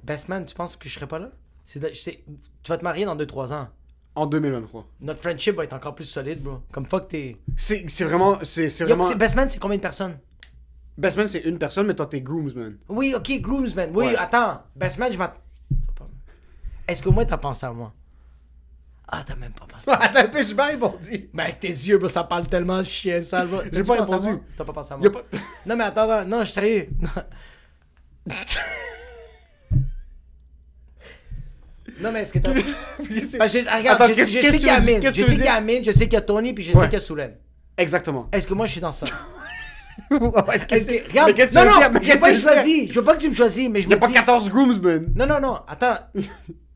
S2: Best man, tu penses que je serais pas là? C'est de- je sais- Tu vas te marier dans 2-3 ans.
S3: En 2023.
S2: Notre friendship va être encore plus solide, bro. Comme fuck t'es.
S3: C'est c'est vraiment. C'est c'est
S2: Yo,
S3: vraiment.
S2: c'est- best man, c'est combien de personnes?
S3: Best man, c'est une personne, mais toi, t'es groomsman.
S2: Oui, ok, groomsman. Oui,
S3: Ouais.
S2: attends. Best man, je m'attends. Est-ce qu'au moins t'as pensé à moi? Ah, t'as même pas pensé.
S3: *laughs* *laughs* Attends, un peu, je baille, mon dieu.
S2: Mais avec tes yeux, bro, ça parle tellement chien sale, bro. T'as-tu
S3: pas
S2: pensé à
S3: répondu.
S2: moi? T'as pas pensé à
S3: Y a
S2: moi.
S3: pas. *laughs*
S2: Non, mais attends, attends. non, je suis sérieux. Non. non, mais est-ce que t'as. Parce que j'ai- regarde,
S3: Attends,
S2: je,
S3: qu'est-ce-
S2: je
S3: qu'est-ce
S2: sais
S3: que
S2: qu'il y a
S3: tu veux
S2: Amine,
S3: dire?
S2: je
S3: Qu'est-ce
S2: sais
S3: que tu veux
S2: qu'il y a
S3: dire?
S2: Amine, je sais qu'il y a Tony, puis je
S3: Ouais.
S2: sais qu'il y a Soulène.
S3: Exactement.
S2: Est-ce que moi, je suis dans
S3: *laughs*
S2: ça?
S3: Ouais,
S2: Est-ce
S3: qu'est-ce-
S2: que... Regarde,
S3: mais qu'est-ce que
S2: non,
S3: tu veux
S2: non,
S3: dire? Mais
S2: je veux
S3: qu'est-ce
S2: pas
S3: que
S2: que
S3: tu
S2: tu
S3: veux dire?
S2: choisis. Je veux pas que tu me choisis, mais je
S3: Y
S2: me
S3: a pas
S2: dis-
S3: 14 groomsmen.
S2: Non, non, non, attends.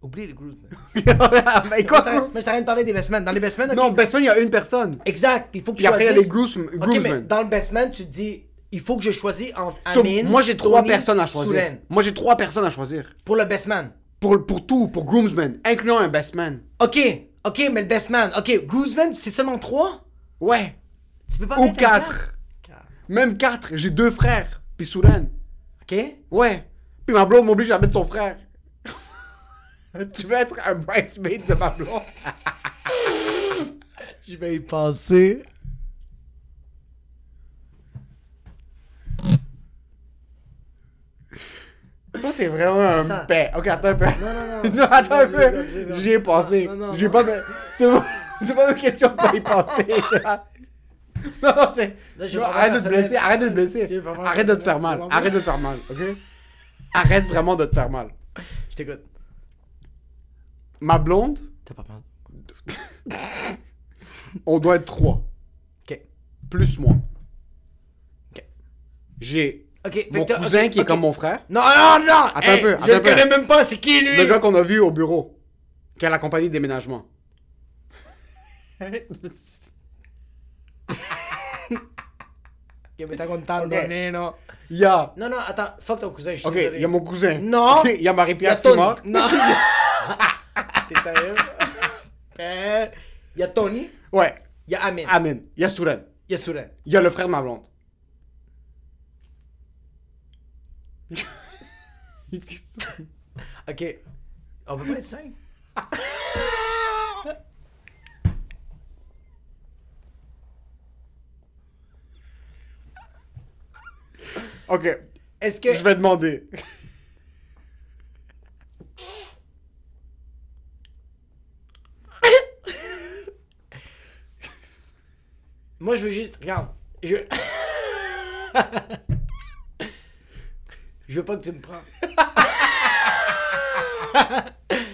S2: Oublie les groupes. man.
S3: *laughs* mais quoi,
S2: Mais je t'arrête de parler des bestmen. Dans les bestmen, ok.
S3: Non, best man, il y a une personne.
S2: Exact. Puis il faut que tu
S3: Puis après, il y a
S2: choisisses.
S3: les groom-
S2: Ok, mais
S3: groomsmen.
S2: dans le bestman, tu te dis, il faut que je choisisse entre
S3: So,
S2: Amine,
S3: moi, j'ai trois
S2: Tony,
S3: personnes à choisir.
S2: Soulen.
S3: Moi, j'ai trois personnes à choisir.
S2: Pour le bestman.
S3: Pour, pour tout, pour groomsmen, incluant un best man.
S2: Ok, ok, mais le bestman. Ok, groomsman, c'est seulement trois?
S3: Ouais.
S2: Tu peux pas
S3: Ou
S2: mettre un
S3: quatre.
S2: Ah, quatre?
S3: Même quatre. J'ai deux frères. Puis Soulan.
S2: Ok.
S3: Ouais. Puis ma blonde m'oblige à mettre son frère. *laughs* tu veux être un bridesmaid de ma blonde?
S2: *laughs* Je vais y penser.
S3: Toi, t'es vraiment un
S2: Attends.
S3: paix. Ok, attends un peu.
S2: Non, non, non.
S3: *laughs* Non, attends un peu.
S2: J'ai- j'ai-
S3: J'y ai pensé.
S2: Non, non,
S3: J'ai
S2: non.
S3: pas. C'est pas... c'est pas une question de pas
S2: *laughs*
S3: y penser. non, non, c'est.
S2: Là, j'ai
S3: non,
S2: pas
S3: arrête de te
S2: personnel.
S3: blesser. Arrête de te
S2: J'ai
S3: blesser.
S2: pas
S3: Arrête de
S2: personnel.
S3: te faire mal.
S2: J'ai pas
S3: Arrête de te faire mal, ok? Arrête vraiment de te faire mal.
S2: Je t'écoute.
S3: Ma blonde,
S2: T'as pas pensé.
S3: on doit être trois.
S2: Ok.
S3: Plus moi.
S2: Ok.
S3: J'ai
S2: Ok, fait
S3: mon
S2: que t'as-
S3: cousin
S2: ok,
S3: qui est
S2: ok.
S3: comme mon frère.
S2: Non, non, non!
S3: Attends un peu,
S2: Je
S3: attends un
S2: le
S3: peu.
S2: connais même pas, c'est qui lui?
S3: Le gars qu'on a vu au bureau. Qui a la compagnie de déménagement.
S2: Ok, mais t'as qu'on t'a donné, non?
S3: Il y a.
S2: Non, non, attends, fuck ton cousin, je suis
S3: Ok,
S2: désolé.
S3: il y a mon cousin.
S2: Non.
S3: Ok, *laughs* Il y a Marie-Pierre
S2: Tony. *laughs*
S3: Simard.
S2: Non. T'es sérieux? *laughs* Euh, Il y a Tony,
S3: Ouais.
S2: il y a Amin,
S3: Amen. Il y a Souren.
S2: il y a Souren.
S3: Il y a le frère de ma blonde. *laughs*
S2: Ok. On peut pas être cinq?
S3: Ok.
S2: Est-ce que.
S3: Je vais demander.
S2: Moi, je veux juste. Regarde. Je. *laughs* je veux pas que tu me prends.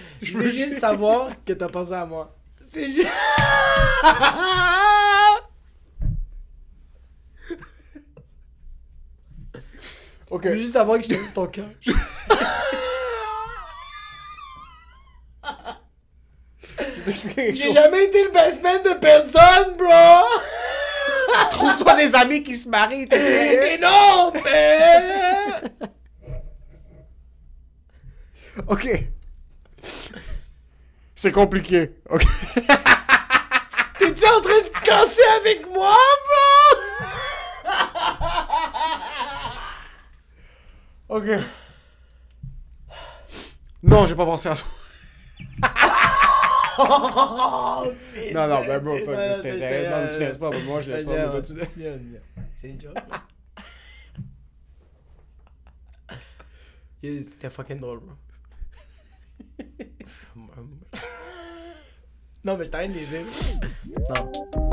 S2: *laughs* je veux juste savoir que t'as pensé à moi. C'est juste. *laughs*
S3: Ok.
S2: Je veux juste savoir que je t'aime ton cœur.
S3: Je vais t'expliquer quelque
S2: J'ai
S3: chose.
S2: jamais été le best man de personne, bro!
S3: *laughs* Trouve-toi des amis qui se marient, t'es *laughs*
S2: Mais
S3: sérieux?
S2: non, mais...
S3: Ok. C'est compliqué. Ok.
S2: T'es-tu en train de casser avec moi, bro?
S3: Ok. Non, j'ai pas pensé à toi.
S2: Oh,
S3: Non, non, mais bro, fuck, t'es- t'es- non, tu laisses pas, mais moi, je laisse pas, mais toi, tu laisses.
S2: C'est une joke, là. Yo, C'était fucking drôle,
S3: *laughs*
S2: bro. non, mais je t'arrête de les dire. Non.